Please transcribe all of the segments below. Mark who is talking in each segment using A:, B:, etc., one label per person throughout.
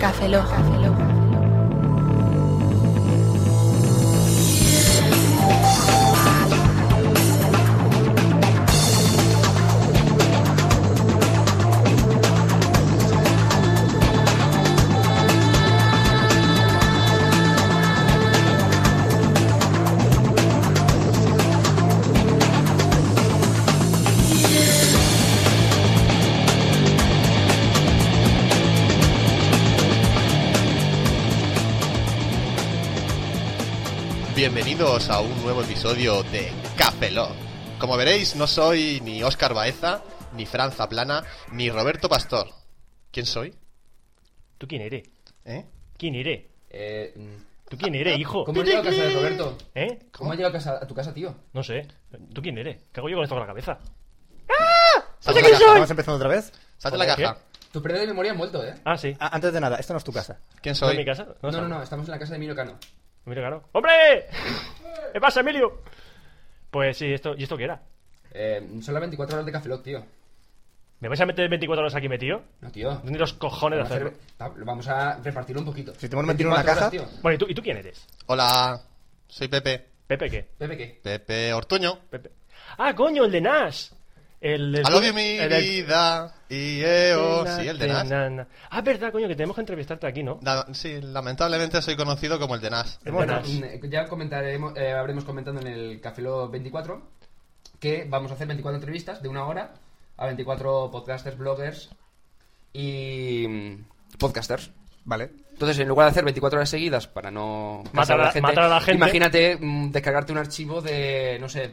A: Café Loja. Café Loja.
B: bienvenidos a un nuevo episodio de Café Lock. Como veréis, no soy ni Óscar Baeza, ni Franza Plana, ni Roberto Pastor. ¿Quién soy?
C: ¿Tú quién eres?
B: ¿Eh?
C: ¿Quién eres?
D: Eh, mm,
C: ¿Tú quién eres, hijo?
D: ¿Cómo has llegado a casa de Roberto?
C: ¿Eh?
D: ¿Cómo has llegado a, casa, a tu casa, tío?
C: No sé. ¿Tú quién eres? ¿Qué hago yo con esto con la cabeza?
B: Salte la caja,
E: Estamos empezando otra vez.
B: salte la
C: ¿Qué?
B: caja.
D: Tu pérdida de memoria ha vuelto, ¿eh?
C: Ah, sí.
E: Ah, antes de nada, esto no es tu casa.
B: ¿Quién
C: ¿No en
B: soy?
C: mi casa?
D: No,
C: está.
D: no, no, estamos en la casa de Miro Cano.
C: Mira, claro. ¡Hombre! ¿Qué pasa, Emilio? Pues sí, esto, ¿y esto qué era?
D: Eh, son las 24 horas de Café Lock, tío.
C: ¿Me vais a meter 24 horas aquí metido?
D: No, tío.
C: No tenéis los cojones de
D: Vamos a,
C: hacerlo.
D: hacer- va- lo vamos a repartirlo un poquito.
E: Si te pones metido en una
D: 24
E: caja-
D: tío.
C: Bueno, ¿y tú, ¿y tú quién eres?
B: Hola, soy Pepe.
C: ¿Pepe qué?
D: Pepe, ¿qué?
B: Pepe Ortuño.
C: Pepe. ¡Ah, coño, el de Nash! El del...
B: I love you, mi
C: el del-
B: vida. Y EO. Sí, el de Nas.
C: na- na- Ah, es verdad, coño, que tenemos que entrevistarte aquí, ¿no?
B: Da- Sí, lamentablemente soy conocido como el de Nas.
C: El de
E: Bueno,
C: Nas.
D: Mm, Ya comentaremos, eh, habremos comentado en el Café Lock 24 que vamos a hacer 24 entrevistas de una hora a 24 podcasters, bloggers y... mm, podcasters.
E: Vale.
D: Entonces, en lugar de hacer 24 horas seguidas para no
C: Matar
D: cansar
C: a la- matar a la gente.
D: imagínate mm, descargarte un archivo de, no sé,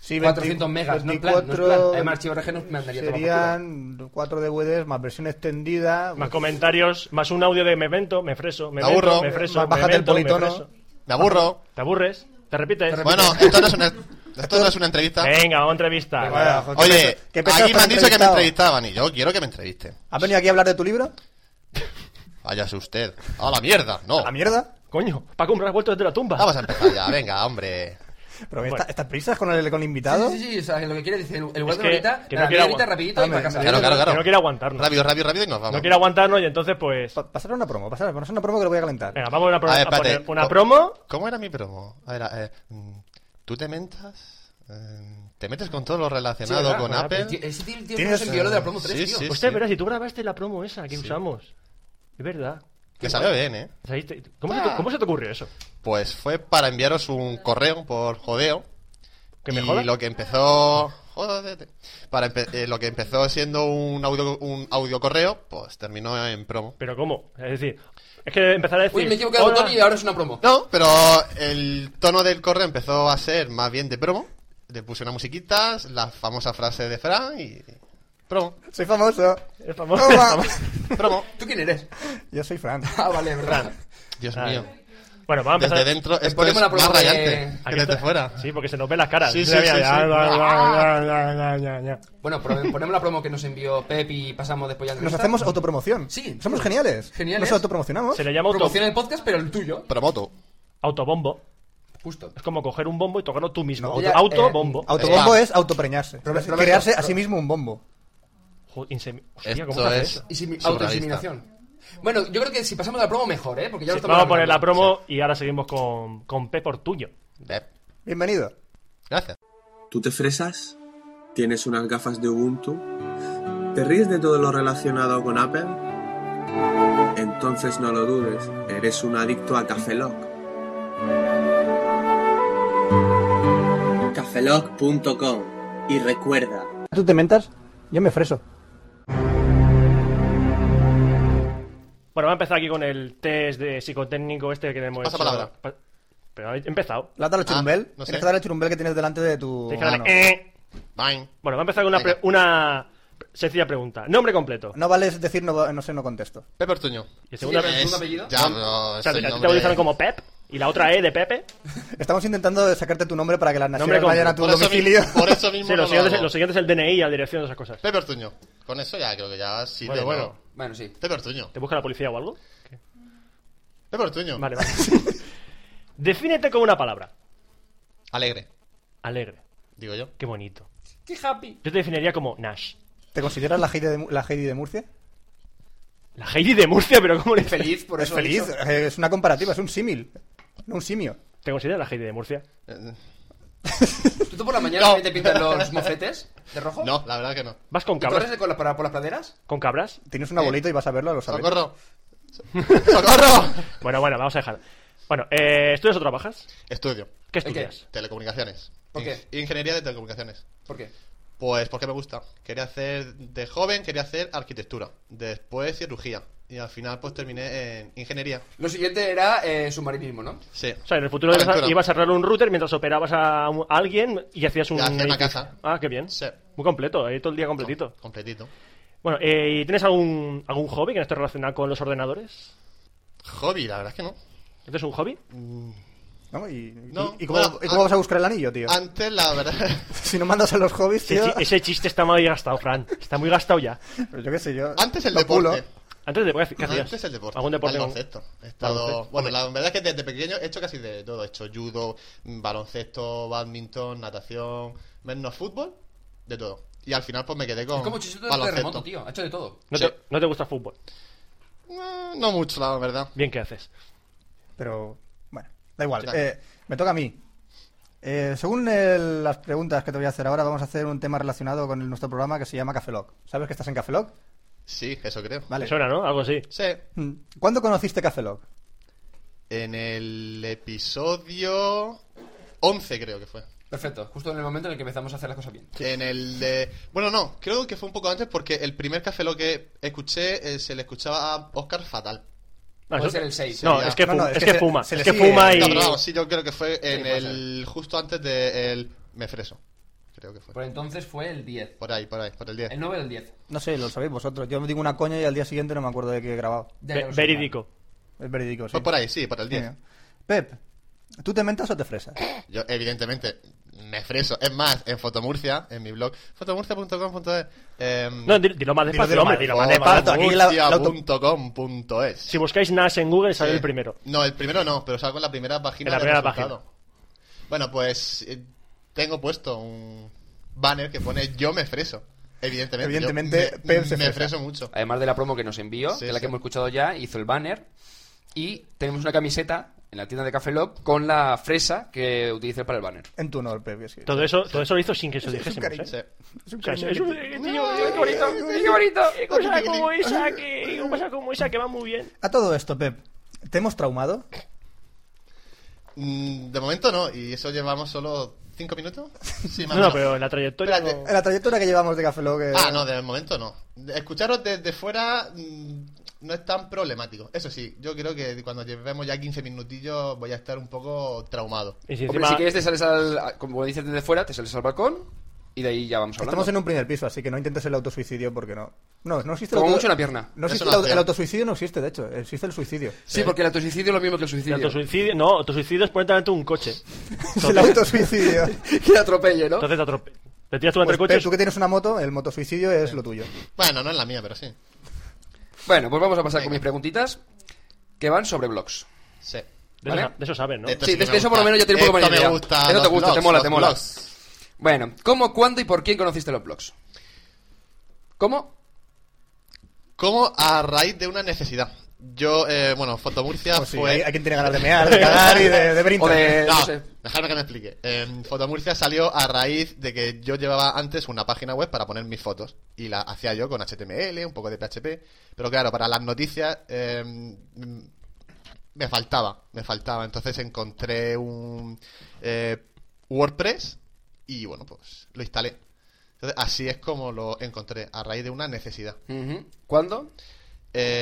E: Sí,
D: 400
E: 20
D: megas. No, en plan, no
E: 24
D: en plan, Además, archivo RG no me andaría todo
E: Serían cuatro DVDs más versión extendida.
C: Más comentarios, más un audio de me vento, me freso, me
B: Me
C: mento,
B: aburro.
C: me freso,
E: Ba-
C: me
E: bájate el
C: mento, me
E: politono.
C: freso.
B: Me aburro.
C: ¿Te aburres? ¿Te repites?
D: Te
B: Bueno, esto no es una, esto no es una entrevista.
C: Venga, otra entrevista.
E: Bueno, joder, qué
B: Oye,
E: peso- qué peso
B: aquí me
E: estar
B: han dicho que me
E: entrevistado.
B: entrevistaban y yo quiero que me entrevisten.
E: ¿Has venido aquí a hablar de tu libro?
B: Váyase usted. ¡A la mierda! ¡No!
E: ¿A mierda?
C: Coño, Paco, me has vuelto desde la tumba.
B: Vamos a empezar ya, venga, hombre.
E: Pero
C: Bueno.
E: esta- estas prisas con el, con el invitado.
D: Sí, sí, sí, o sea, lo que quiere decir, el lugar
C: Es
D: de
C: que-
D: ahorita,
C: que
D: que
C: no
D: no
C: quiero
D: ahorita
C: agu-
D: rapidito y
E: Dame,
D: para casa.
B: Claro, claro, claro.
C: Que no quiere aguantarnos.
B: Rápido, rápido, rápido y nos vamos.
C: No quiere aguantarnos y entonces, pues.
E: Pa- pasar una promo, pasar pasar una promo que lo voy a calentar.
C: Venga, vamos a, una pro-
B: A ver,
C: a
B: espérate.
C: poner una
B: Co-
C: promo.
B: ¿Cómo era mi promo? A ver, a ver, mm, ¿tú te mentas? Eh, ¿Te metes con todo lo
D: Sí,
B: relacionado
D: ¿verdad?
B: con
D: Bueno,
B: Apple?
D: tío, Ese tío, tío
E: Tienes,
D: nos envió lo de la promo
B: eh,
D: 3,
B: sí,
D: tío.
B: sí.
C: Usted, verás, si tú grabaste la promo esa que usamos. Es verdad.
B: Que sabe bien, ¿eh?
C: Saliste- ¿Cómo, se te, cómo se te ocurrió eso?
B: Pues fue para enviaros un correo por jodeo.
C: ¿Que me
B: y
C: joda?
B: lo que empezó... Jódete. Para empe- eh, lo que empezó siendo un audio, un audio correo, pues terminó en promo.
C: ¿Pero cómo? Es decir, es que empezar a decir.
D: Uy, me he equivocado de
C: "Hola".
D: botón y ahora es una promo.
B: No, pero el tono del correo empezó a ser más bien de promo. Le puse una musiquita, la famosa frase de Fran y... Promo,
E: Soy famoso.
C: Es famoso.
E: Toma.
B: promo.
D: ¿Tú quién eres?
E: Yo soy Fran.
D: Ah, vale, verdad.
B: Dios
C: Ah,
B: mío.
C: Bueno, vamos a empezar.
B: Desde dentro esto
D: Te
B: es
D: ponemos la
B: más
D: promo de-
B: rayante que
C: Aquí
B: desde
C: está.
B: fuera.
C: Sí, Ah, porque se nos ven las caras.
B: Sí, sí,
C: Ya,
B: sí,
C: ya,
B: sí.
C: ya, ya, ya, ya, ya.
D: Bueno, pro- ponemos la promo que nos envió Pep y pasamos después ya al
E: Nos
D: entrevista.
E: hacemos autopromoción.
D: Sí.
E: Somos geniales.
D: Geniales.
E: Nos autopromocionamos.
C: Se le llama auto-
D: Promociona el podcast, pero el tuyo,
B: Promoto.
C: autobombo.
D: justo.
C: Es como coger un bombo y tocarlo tú mismo.
E: No,
C: Auto-
D: ya, eh,
C: autobombo.
E: Autobombo
B: Spam.
E: es autopreñarse.
D: Roberto, Roberto,
E: Crearse a
D: Roberto.
E: sí mismo un bombo.
C: Jo- insemi- Hostia, ¿cómo se
B: Esto
C: hace
B: es
C: eso?
D: Y sin
B: surrealista.
D: autoinseminación. Bueno, yo creo que si pasamos la promo, mejor, ¿eh? Porque ya lo
C: Sí,
D: estamos
C: vamos a poner la
D: alargando.
C: promo y ahora seguimos con, con P por tuyo.
B: Bep.
E: Bienvenido.
B: Gracias.
F: ¿Tú te fresas? ¿Tienes unas gafas de Ubuntu? ¿Te ríes de todo lo relacionado con Apple? Entonces no lo dudes, eres un adicto a Cafeloc. Cafeloc.com y recuerda,
E: ¿Tú te mentas? Yo me freso.
C: Bueno, va a empezar aquí con el test de psicotécnico este que tenemos
B: Pasa
C: hecho.
B: palabra.
C: Pa- Pero habéis empezado.
E: ¿Le has dado el
B: Ah,
E: churumbel?
B: no sé.
E: Tienes que darle el churumbel que tienes delante de tu.
C: Tienes que darle,
E: mano.
C: "Eh".
B: Bye.
C: Bueno, va a empezar con una,
B: Venga.
C: pre- una sencilla pregunta. Nombre completo.
E: No vale decir no, no sé, no contesto.
B: Pepe Ortuño.
C: Y segunda-
D: ¿Segundo
B: Es-
D: apellido?
B: Ya, pero
C: o sea,
B: es el
C: a ti te
B: nombre-
C: bautizan como Pep y la otra E de Pepe.
E: Estamos intentando sacarte tu nombre para que las
C: Nombre
E: naciones vayan a tu
B: Por eso, mi-
E: domicilio.
B: por eso mismo
C: Sí,
B: no
C: lo,
B: lo
C: siguiente es,
B: hago.
C: lo siguiente es el DNI y la dirección de esas cosas.
B: Pepe Ortuño. Con eso ya creo que ya sí
C: Bueno,
B: de
C: bueno.
B: no.
D: Bueno, sí.
B: Pepe Ortuño.
C: ¿Te busca la policía o algo? ¿Qué?
B: Pepe Ortuño.
C: Vale, vale. Defínete con una palabra.
B: Alegre,
C: Alegre.
B: digo yo.
C: Qué bonito.
D: ¡Qué happy!
C: Yo te definiría como Nash.
E: ¿Te consideras la Heidi de, Mu- la Heidi de Murcia?
C: La Heidi de Murcia, pero ¿cómo le
B: Feliz, por
E: es
B: eso.
E: feliz,
B: hizo.
E: eh, es una comparativa, es un símil, no un simio.
C: ¿Te consideras la Heidi de Murcia?
D: ¿Tú, tú por la mañana
B: No.
D: también te pintas los mofletes de rojo?
B: No, la verdad que no.
C: ¿Vas con
D: ¿Tú corres
C: cabras?
D: de- con la- por, por las praderas?
C: ¿Con cabras?
E: Tienes una bolita y vas a verlo, lo sabes.
B: ¡Socorro! ¡Socorro!
C: Bueno, bueno, vamos a dejar. Bueno, eh, ¿estudias o trabajas?
B: Estudio.
C: ¿Qué
D: qué?
C: estudias?
B: Telecomunicaciones.
D: ¿Por
B: Ing-
D: qué?
B: Ingeniería de telecomunicaciones.
D: ¿Por qué?
B: Pues porque me gusta. Quería hacer, de joven quería hacer arquitectura, después cirugía y al final pues terminé en ingeniería.
D: Lo siguiente era eh, submarinismo, ¿no?
B: Sí.
C: O sea, en el futuro ibas a,
B: Aventura.
C: ibas a arreglar un router mientras operabas a, un- a alguien y hacías un...
B: Y hacía una
C: edificio.
B: casa.
C: Ah, qué bien.
B: Sí.
C: Muy completo, ahí todo el día completito.
B: Completito.
C: Bueno, eh, ¿y tienes algún, algún hobby que no esté relacionado con los ordenadores?
B: Hobby, la verdad es que no.
C: ¿Este es un hobby?
E: ¿no? ¿Y,
B: No,
E: y- y cómo,
B: bueno,
E: y cómo
B: ah-
E: vas a buscar el anillo, tío?
B: Antes la verdad
E: Si no mandas a los hobbies,
C: Ese,
E: tío.
C: chi- ese chiste está muy gastado, Fran. Está muy gastado ya.
E: Pero yo qué sé, yo.
B: antes el
E: lo pulo.
B: deporte.
C: Antes de... ¿qué hacías?
B: Antes el deporte.
C: ¿Algún deporte?
B: Baloncesto. He estado-
C: Baloncesto.
B: Bueno, la verdad es que desde pequeño he hecho casi de todo. He hecho judo, mm, baloncesto, badminton, natación, menos fútbol, de todo. Y al final pues me quedé con
D: Es como Chisuto de
B: baloncesto.
D: terremoto, tío. Ha hecho de todo.
C: No,
B: Sí.
C: te, no te gusta el fútbol.
B: No, no mucho, la verdad.
C: Bien, ¿qué haces?
E: Pero bueno, da igual.
B: Sí.
E: Eh, me toca a mí. Eh, según el- las preguntas que te voy a hacer ahora, vamos a hacer un tema relacionado con el- nuestro programa que se llama Café Lock. ¿Sabes que estás en Café Lock?
B: Sí, eso creo.
E: Vale.
C: ¿Te suena, no? Algo así.
B: Sí.
E: Mm. ¿Cuándo conociste Café Lock?
B: En el episodio 11 creo que fue.
D: Perfecto. Justo en el momento en el que empezamos a hacer las cosas bien.
B: En el de... Bueno, no, creo que fue un poco antes porque el primer café lo que escuché eh, se le escuchaba a Oscar fatal.
C: Ah,
D: Puede
C: eso-
D: ser el 6.
C: No,
B: Sí, ya.
C: es que,
E: No,
C: fu-
E: no,
C: es
E: es
C: que
E: que se-
C: fuma.
E: se le
C: es que
E: sigue-
C: fuma y.
B: No, pero vamos, sí, yo creo que fue en
D: puede
B: el... justo antes de el... Me freso. Creo que
D: Por
B: fue.
D: Pues entonces fue el 10.
B: Por ahí, por ahí, por el 10.
D: El 9 del 10.
E: No sé, lo sabéis vosotros. Yo me digo una coña y al día siguiente no me acuerdo de qué he grabado.
D: Ya, ya
C: ve-
D: lo sé.
C: verídico.
E: Es verídico, sí.
B: Fue por ahí, sí, por el 10.
E: Sí. Pep, ¿tú te mentas o te fresas?
B: Yo, evidentemente, me freso. Es más, en Fotomurcia, en mi blog, fotomurcia.com.es... em,
C: No, di- dilo más despacio,
E: dilo
C: hombre,
E: más-
C: dilo más despacio.
E: despacio. Aquí la- la auto-
B: fotomurcia.com.es.
C: Si buscáis NAS en Google, sale
B: Sí.
C: el primero.
B: No, el primero no, pero salgo en la primera página.
C: En la
B: del
C: primera
B: resultado. Bueno, pues eh, tengo puesto un banner que pone yo me freso. Evidentemente. yo
E: Evidentemente,
B: me-
E: Pep
B: me,
E: se fresa.
B: freso mucho.
D: Además de la promo que nos envió,
B: Sí,
D: que es
B: sí.
D: la que hemos escuchado ya, hizo el banner. Y tenemos una camiseta en la tienda de Café Lock con la fresa que utilicé para el banner.
E: En tu honor, Pep. Es que-
C: Todo eso, todo eso lo hizo sin que se lo
E: Es un
C: dijésemos.
E: cariño.
C: ¿eh?
B: Sí.
E: Es un
C: O sea, es-
E: cariño
C: es
E: que
C: un-
E: te-
C: eh, tío,
D: ¡Qué bonito! ¡Qué bonito!
C: qué cosa como esa que. Cosa como esa que va muy bien.
E: A todo esto, Pep, ¿te hemos traumado?
B: Mm, de momento no, y eso llevamos solo cinco minutos. Sí, más o
C: No,
B: menos.
E: eh,
C: pero en la trayectoria.
B: Espérate.
C: no-
E: En la trayectoria que llevamos de Café Lock. eh,
B: Ah, no, de momento no. Escucharos desde fuera mm, no es tan problemático. Eso sí, yo creo que cuando llevemos ya 15 minutillos voy a estar un poco traumado.
C: Y si
D: Hombre,
C: encima-
D: si quieres te sales al... a- Como dices desde fuera, te sales al balcón y de ahí ya vamos hablando.
E: Estamos en un primer piso, así que no intentes el autosuicidio porque no. No, no existe el
D: Como
E: auto-
D: mucho una pierna.
E: No
B: Eso
E: existe
B: no
E: el, auto-
B: hace.
E: el autosuicidio, no existe, de hecho. Existe el suicidio.
D: Sí, porque el autosuicidio es lo mismo que el
C: y
D: suicidio.
C: autosuicidio- no, autosuicidio es ponerte delante de un coche.
E: el autosuicidio.
D: que atropelle, ¿no?
C: Entonces te atrope- Te tiras tú entre
E: Pues, Pep,
C: coches.
E: tú que tienes una moto, el motosuicidio es lo tuyo.
B: Bueno, no es la mía, pero sí.
D: Bueno, pues vamos a pasar con
B: Venga.
D: mis preguntitas que van sobre blogs.
B: Sí.
C: De eso,
D: ¿vale?
C: de eso saben, ¿no?
B: Esto
D: Sí,
B: que
D: de-
B: me
D: de
B: gusta.
D: eso por lo menos ya tiene un poco
B: Esto
D: más idea.
B: me gusta.
D: Eso te
B: los
D: gusta, te
B: blogs,
D: mola,
B: los
D: te mola.
B: blogs.
D: Bueno, ¿cómo, cuándo y por quién conociste los blogs? ¿Cómo?
B: Como a raíz de una necesidad. Yo, eh, bueno, Fotomurcia
E: Pues sí,
B: fue.
E: hay, hay quien tiene ganas de mear, de cagar y de, de brindar.
D: O de- Eh,
B: No,
D: no sé.
B: dejadme que me explique. Eh, Fotomurcia salió a raíz de que yo llevaba antes una página web para poner mis fotos. Y la hacía yo con HTML, un poco de PHP. Pero claro, para las noticias eh, mm, me faltaba, me faltaba. Entonces encontré un eh, WordPress y bueno, pues lo instalé. Entonces así es como lo encontré, a raíz de una necesidad.
D: Ujú. ¿Cuándo?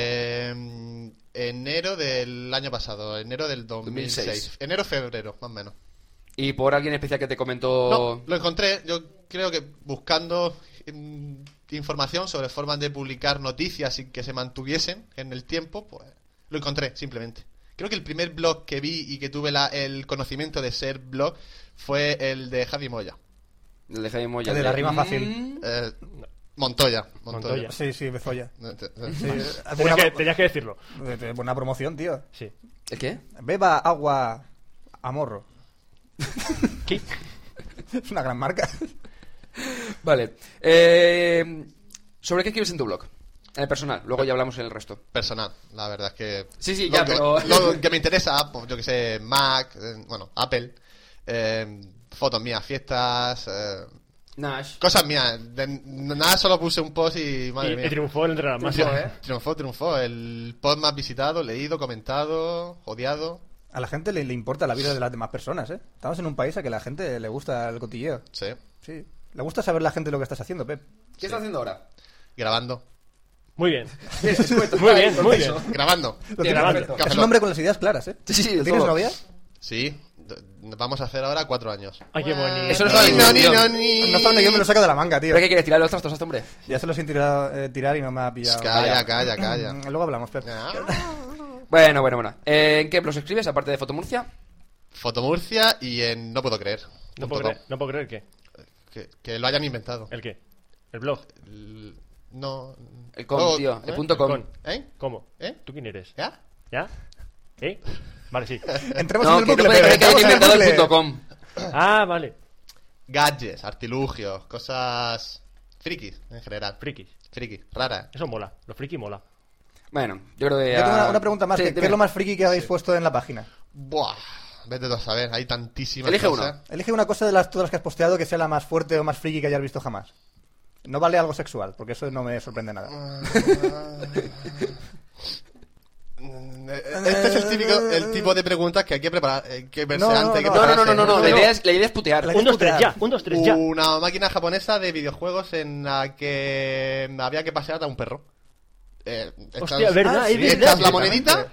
B: Eh, enero del año pasado, enero del 2006.
D: 2006.
B: Enero, febrero, más o menos.
D: ¿Y por alguien especial que te comentó?
B: No, lo encontré, yo creo que buscando mm, información sobre formas de publicar noticias y que se mantuviesen en el tiempo, pues lo encontré simplemente. Creo que el primer blog que vi y que tuve la- el conocimiento de ser blog fue el de Javi Moya.
D: El de Jaime Moya.
E: El de la rima
D: Mm.
E: fácil.
B: Eh, Montoya. Montoya.
E: Sí, sí, Bezoya. Sí,
B: Sí.
E: hace
C: Tenías que,
E: pro-
C: tenías que decirlo.
E: de- de buena promoción, tío.
C: Sí.
D: ¿El qué?
E: Beba agua a morro.
C: ¿Qué?
E: Es una gran marca.
D: Vale. Eh, ¿Sobre qué escribes en tu blog? En el personal, luego ya hablamos en el resto.
B: personal. La verdad es que.
D: Sí, sí,
B: lo
D: ya,
B: que-
D: pero-
B: Lo que me interesa, pues yo que sé, Mac, eh, bueno, Apple, eh, fotos mías, fiestas, eh,
D: Nash.
B: cosas mías. De- nada, solo puse un post y
C: Y,
B: madre mía.
C: y triunfó entre las masas.
D: Triunfó, ¿eh?
B: Triunfó, triunfó. El post más visitado, leído, comentado, odiado.
E: A la gente le, le importa la vida de las demás personas, ¿eh? Estamos en un país a que la gente le gusta el cotilleo.
B: Sí.
E: Sí. Le gusta saber la gente lo que estás haciendo, Pep.
D: ¿Qué estás haciendo ahora?
B: Grabando.
C: Muy bien.
D: Muy
C: Muy bien, muy bien.
B: Grabando.
E: Lo
D: Bien,
E: tienes-
D: perfecto.
E: es un hombre con las ideas claras, ¿eh?
D: Sí, sí, de
E: ¿Lo ¿Tienes
D: todo.
E: novia?
B: Sí. d- Vamos a hacer ahora cuatro años.
C: Ay, qué bonito.
D: Eso no
B: Ni,
D: sabe
B: no, ni,
D: ninguno.
B: no, ni.
E: No está donde yo me lo saco de la manga, tío.
D: ¿Pero qué quieres? ¿Tirar los trastos a este hombre?
E: Ya se los he tirado, eh, tirar y no me ha pillado.
B: Pues Calla, calla, calla.
E: Mm, Luego hablamos, Pep.
B: Ah.
D: Bueno, bueno, bueno. Eh, ¿En qué los escribes, aparte de Fotomurcia?
B: Fotomurcia y en No Puedo Creer. punto
C: No puedo,
B: com.
C: creer, no puedo creer que.
B: Que, que lo hayan inventado.
C: ¿El qué? ¿El blog?
B: L- No.
D: El com,
B: Luego,
D: tío. El
B: ¿eh?
D: punto com.
C: Con.
B: ¿Eh?
C: ¿Cómo?
B: ¿Eh?
C: ¿Tú quién eres?
B: ¿Ya?
C: ¿Ya? ¿Eh? Vale, sí.
E: Entremos
D: No,
E: en el
D: que no
E: bucle,
D: puede
E: Pep,
D: creer que hayan
E: entremos en el
D: inventado el
E: bucle.
D: punto com.
C: Ah, vale.
B: Gadgets, artilugios, cosas. frikis en general.
C: Frikis.
B: Friki, rara.
C: Eso mola. Los friki mola.
D: Bueno, yo creo que.
E: Yo tengo
D: ya-
E: una, una pregunta más.
D: Sí,
E: ¿Qué, qué
D: dime.
E: es lo más friki que habéis puesto en la página?
B: Buah, vete tú a saber, hay tantísimas
D: Elige
B: cosas.
D: uno.
E: Elige una cosa de las todas las que has posteado que sea la más fuerte o más friki que hayas visto jamás. No vale algo sexual, porque eso no me sorprende
B: Ah,
E: nada.
B: Mm, eh, Este es el, típico, el tipo de preguntas que hay que preparar, hay que verse
E: No, no,
B: antes. hay que
E: no,
D: No, no, no, no, no,
B: prepararse.
D: no. La idea es, la idea es putear.
E: La-
C: Un, dos, tres, ya.
E: putear.
C: Un, dos, tres, ya.
B: Una máquina japonesa de videojuegos en la que había que pasear a un perro. Eh,
C: Hostia, ¿verdad?
E: sí,
C: es
B: echas
C: verdad.
B: la monedita,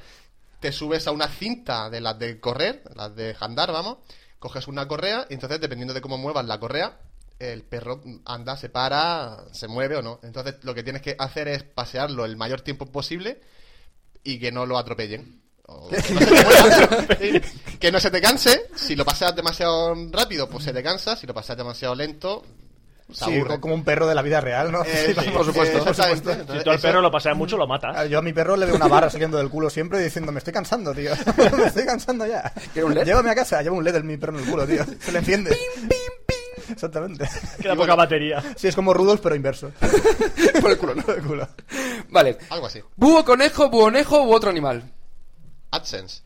B: te subes a una cinta de las de correr, las de andar, vamos, coges una correa y entonces dependiendo de cómo muevas la correa, el perro anda, se para, se mueve o no. Entonces lo que tienes que hacer es pasearlo el mayor tiempo posible y que no lo atropellen. O- que no se te canse, si lo paseas demasiado rápido, pues se te cansa, si lo paseas demasiado lento, se
E: Sí,
B: aburre.
E: co- como un perro de la vida real, ¿no?
B: Eh,
E: Sí,
B: sí,
E: vamos.
D: por supuesto.
B: eh, exactamente.
C: Si
B: Entonces,
C: tú al
B: eso-
C: perro lo pasas mucho, lo matas.
E: Ah, Yo a mi perro le veo una barra saliendo del culo siempre y diciendo, me estoy cansando, tío. me estoy cansando ya.
D: ¿Quiere un LED?
E: Llévame a casa, lleva un LED el mi perro en el culo, tío. Se le enciende. Exactamente.
C: Queda poca batería.
E: Sí, es como Rudolf, pero inverso.
D: Por el culo, ¿no?
E: Por el culo.
D: Vale.
B: Algo así.
D: Búho, conejo, buonejo u otro animal.
B: AdSense.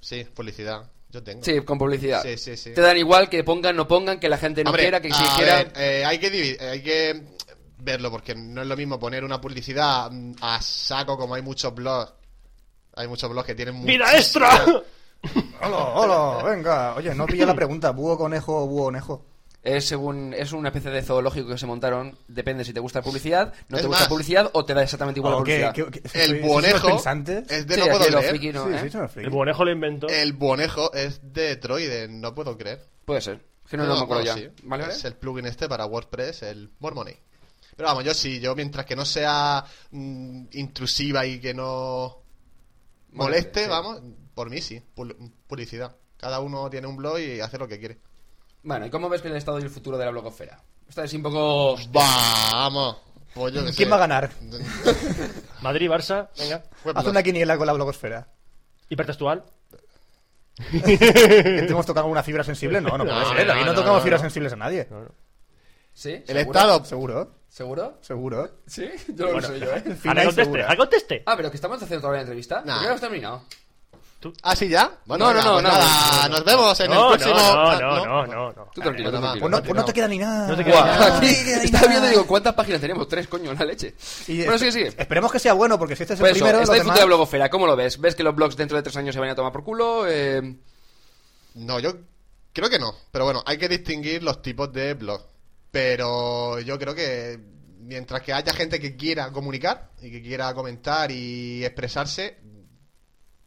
B: Sí, publicidad. Yo tengo.
D: Sí, con publicidad.
B: Sí, sí, sí.
D: Te dan igual que pongan, no pongan, que la gente no
B: Hombre,
D: quiera, que
B: a ver,
D: exigiera.
B: eh, hay, que divi- hay que verlo porque no es lo mismo poner una publicidad mm, a saco como hay muchos blogs. Hay muchos blogs que tienen
C: ¡Vida
B: muchísima-
C: extra!
E: ¡Hola, hola! Venga. Oye, no pilla la pregunta. ¿Búho, conejo o búho, conejo?
D: Es, según, es una especie de zoológico que se montaron. Depende si te gusta la publicidad, no
B: Es
D: te gusta la
B: más,
D: publicidad o te da exactamente igual la
E: Oh, ¿qué-
D: publicidad.
E: qué- qué- sois-
B: El
E: sois unos
B: buonejo
E: pensantes?
B: es de
D: Sí,
B: no puedo
D: aquí los
B: creer.
D: friki no,
E: sí,
D: ¿eh?
E: sí, son unos
C: El
E: frikis.
C: buonejo lo inventó.
B: El buonejo es de Troiden, no puedo creer.
D: Puede ser. Que no, no me acuerdo ya.
B: sí.
D: ¿Vale, vale?
B: Es el plugin este para WordPress, el Mormoney. Pero vamos, yo sí, yo mientras que no sea mm, intrusiva y que no moleste,
D: sí.
B: vamos, por mí sí, pul- publicidad. Cada uno tiene un blog y hace lo que quiere.
D: Bueno, ¿y cómo ves que el estado y el futuro de la blogosfera? Esta es un poco...
B: Vamos. Pues yo qué
E: ¿Quién
B: sé.
E: va a ganar?
C: Madrid, Barça, venga.
B: Pueblos.
E: Haz una quiniela con la blogosfera.
C: Hipertextual.
E: ¿Que ¿Te hemos tocado alguna fibra sensible? No, no puede
B: No,
E: ser. Aquí
B: no,
E: no
B: no,
E: tocamos
B: no,
E: fibras
B: no.
E: sensibles a nadie.
D: ¿Sí?
B: El
D: ¿Seguro?
B: Estado.
E: Seguro,
D: ¿Seguro?
E: seguro.
D: ¿Sí? Yo no lo sé yo, ¿eh?
E: Fina
C: Ahora
E: y
C: conteste,
E: segura.
C: ahora conteste.
D: Ah, pero que estamos haciendo todavía la entrevista.
B: Nah.
D: Nah. Ya hemos terminado.
B: ¿Ah, sí, ya?
D: No,
B: venga,
D: no, no,
B: pues
D: no,
B: nada,
D: no, no,
B: Nos vemos en el
C: No, no,
B: próximo.
C: no,
B: Ah,
C: no, no, no, no.
D: Tú tranquilo, tú
B: Bueno,
D: tranquilo.
E: Pues no, pues no te queda ni nada.
C: No te queda
D: Guau,
C: ni nada.
E: No
D: aquí
E: te queda ni
D: estaba viendo
E: nada.
D: y digo, ¿cuántas páginas tenemos? Tres, coño, la leche.
E: Y
D: bueno,
E: espe-
D: sigue, sigue.
E: Esperemos que sea bueno, porque si este es el
D: Pues eso,
E: primero,
D: está
E: los
D: el futuro de la
E: demás...
D: blogosfera, ¿cómo lo ves? ¿Ves que los blogs dentro de tres años se van a tomar por culo? Eh,
B: No, yo creo que no. Pero bueno, hay que distinguir los tipos de blog. Pero yo creo que mientras que haya gente que quiera comunicar y que quiera comentar y expresarse,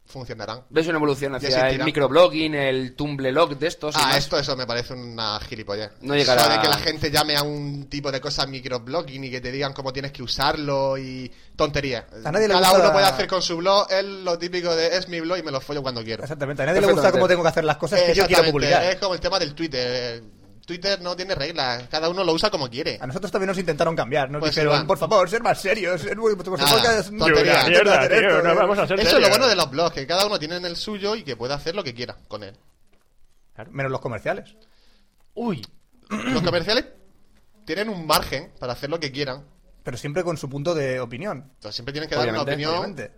B: funcionarán.
D: ¿Ves una evolución
B: Ya
D: hacia
B: se
D: el
B: tira.
D: microblogging, el tumblelog de estos? y
B: Ah,
D: más?
B: esto eso me parece una gilipollez.
D: No llegará-
B: Eso de que la gente llame a un tipo de cosas microblogging y que te digan cómo tienes que usarlo y tonterías.
E: A nadie le
B: Cada
E: gusta-
B: uno puede hacer con su blog, es lo típico de es mi blog y me lo follo cuando quiero.
E: Exactamente, a nadie le gusta
D: Perfectamente.
E: cómo tengo que hacer las cosas que yo quiero
B: Exactamente,
E: publicar.
B: Es como el tema del Twitter. Eh, Twitter no tiene reglas, cada uno lo usa como quiere.
E: A nosotros también nos intentaron cambiar, nos
B: Pues
E: dijeron,
B: igual.
E: por favor, ser más serios, ser muy... vuestro
B: Nada,
E: podcast-
B: tontería.
E: Intentad hacer
C: Mierda, tío,
E: esto,
C: no
E: eh.
C: vamos a hacer-
B: Eso
C: serio.
B: es lo bueno de los blogs, que cada uno tiene en el suyo y que puede hacer lo que quiera con él.
E: Menos los comerciales.
C: Uy,
B: Los comerciales tienen un margen para hacer lo que quieran,
E: pero siempre con su punto de opinión.
B: Entonces, siempre tienes que dar una
D: Obviamente,
B: opinión
E: Obviamente.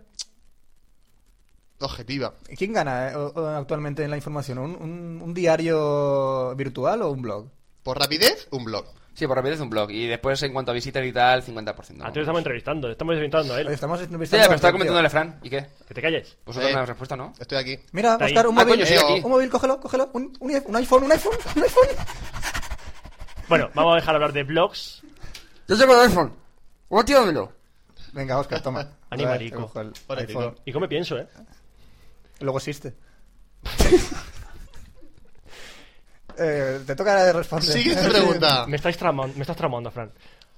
B: objetiva.
E: ¿Quién gana eh, o- o actualmente en la información? ¿Un, un- un diario virtual o un blog?
B: Por rapidez, un blog.
D: Sí, por rapidez un blog. Y después, en cuanto a visitas y tal, 50%.
C: Antes lo estamos entrevistando, estamos entrevistando a
E: Oye,
C: él.
E: Estamos
D: Sí,
E: entrevistando
D: pero
E: a
D: estaba
E: otro tío.
D: comentándole a Fran. ¿Y qué?
C: Que te calles.
D: Vosotros
B: Eh.
D: no la respuesta, ¿no?
B: Estoy aquí.
E: Mira,
C: Está ahí.
E: Oscar, un
D: Ah,
E: móvil.
D: coño, sí,
E: Eh,
D: aquí.
E: Un móvil, cógelo, cógelo. Un, un i- un iPhone, un iPhone, un iPhone.
C: Bueno, vamos a dejar hablar de blogs.
D: Yo tengo el iPhone. Guárdamelo.
E: Venga, Oscar, toma.
C: Animalico.
E: Otra vez, te cojo el
B: Pobre
E: iPhone.
C: Y cómo pienso, ¿eh?
E: Luego existe. Eh, te toca de responder.
B: Siguiente
E: Ah.
B: pregunta.
C: Me, estáis tramando, me estás tramando, Fran.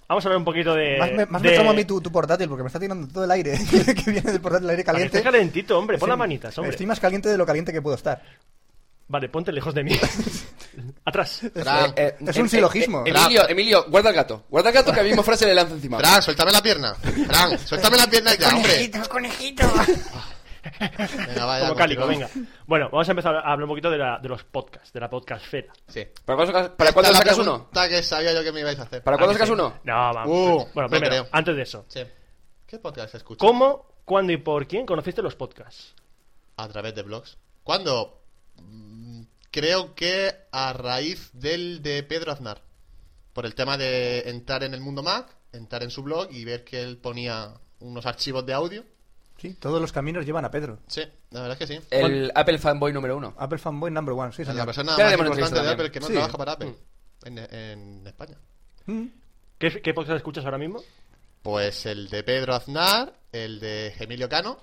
C: Vamos a hablar un poquito de.
E: Más me, más
C: Eh, de-
E: me toma a mí tu, tu portátil porque me está tirando todo el aire que viene del portátil, el aire
C: Para que
E: caliente.
C: estés calentito, hombre. Pon
E: Sí,
C: las manitas, hombre.
E: Estoy más caliente de lo caliente que puedo estar.
C: Vale, ponte lejos de mí. Atrás.
B: Fran,
E: Es un silogismo.
D: eh, Emilio, Emilio, guarda el gato. Guarda el gato que a mismo frase le lanza encima.
B: Fran, suéltame la pierna. Fran, suéltame la pierna ya, hombre.
E: conejito.
B: Venga, vaya,
C: Como cálico, venga.
B: continuamos.
C: Bueno, vamos a empezar a hablar un poquito de, la- de los podcasts, de la podcastfera.
B: Sí.
D: ¿Para cuándo, para
B: Esta
D: cuándo
B: es la
D: sacas uno?
B: pregunta que sabía yo que me ibais a hacer.
D: ¿Para cuándo
C: Ah, que
D: sacas
C: sí.
D: uno?
C: No, vamos.
B: Uh,
C: bueno,
B: no
C: primero,
B: creo.
C: antes de eso.
B: Sí. ¿Qué podcast escuchas?
C: ¿Cómo, cuándo y por quién conociste los podcasts?
B: A través de blogs. ¿Cuándo? Mm, Creo que a raíz del de Pedro Aznar. Por el tema de entrar en el mundo Mac, entrar en su blog y ver que él ponía unos archivos de audio.
E: Sí, todos los caminos llevan a Pedro.
B: Sí, la verdad es que sí.
D: El Apple fanboy número uno.
E: Apple fanboy number one, sí,
B: Es
E: señor.
B: la persona
D: Ya
B: más
D: le hemos entrevistado
B: importante de
D: también. Mm.
B: Apple que no
E: Sí.
B: trabaja para Apple en, en España.
E: Mm.
C: ¿Qué, qué podcast escuchas ahora mismo?
B: Pues el de Pedro Aznar, el de Emilio Cano,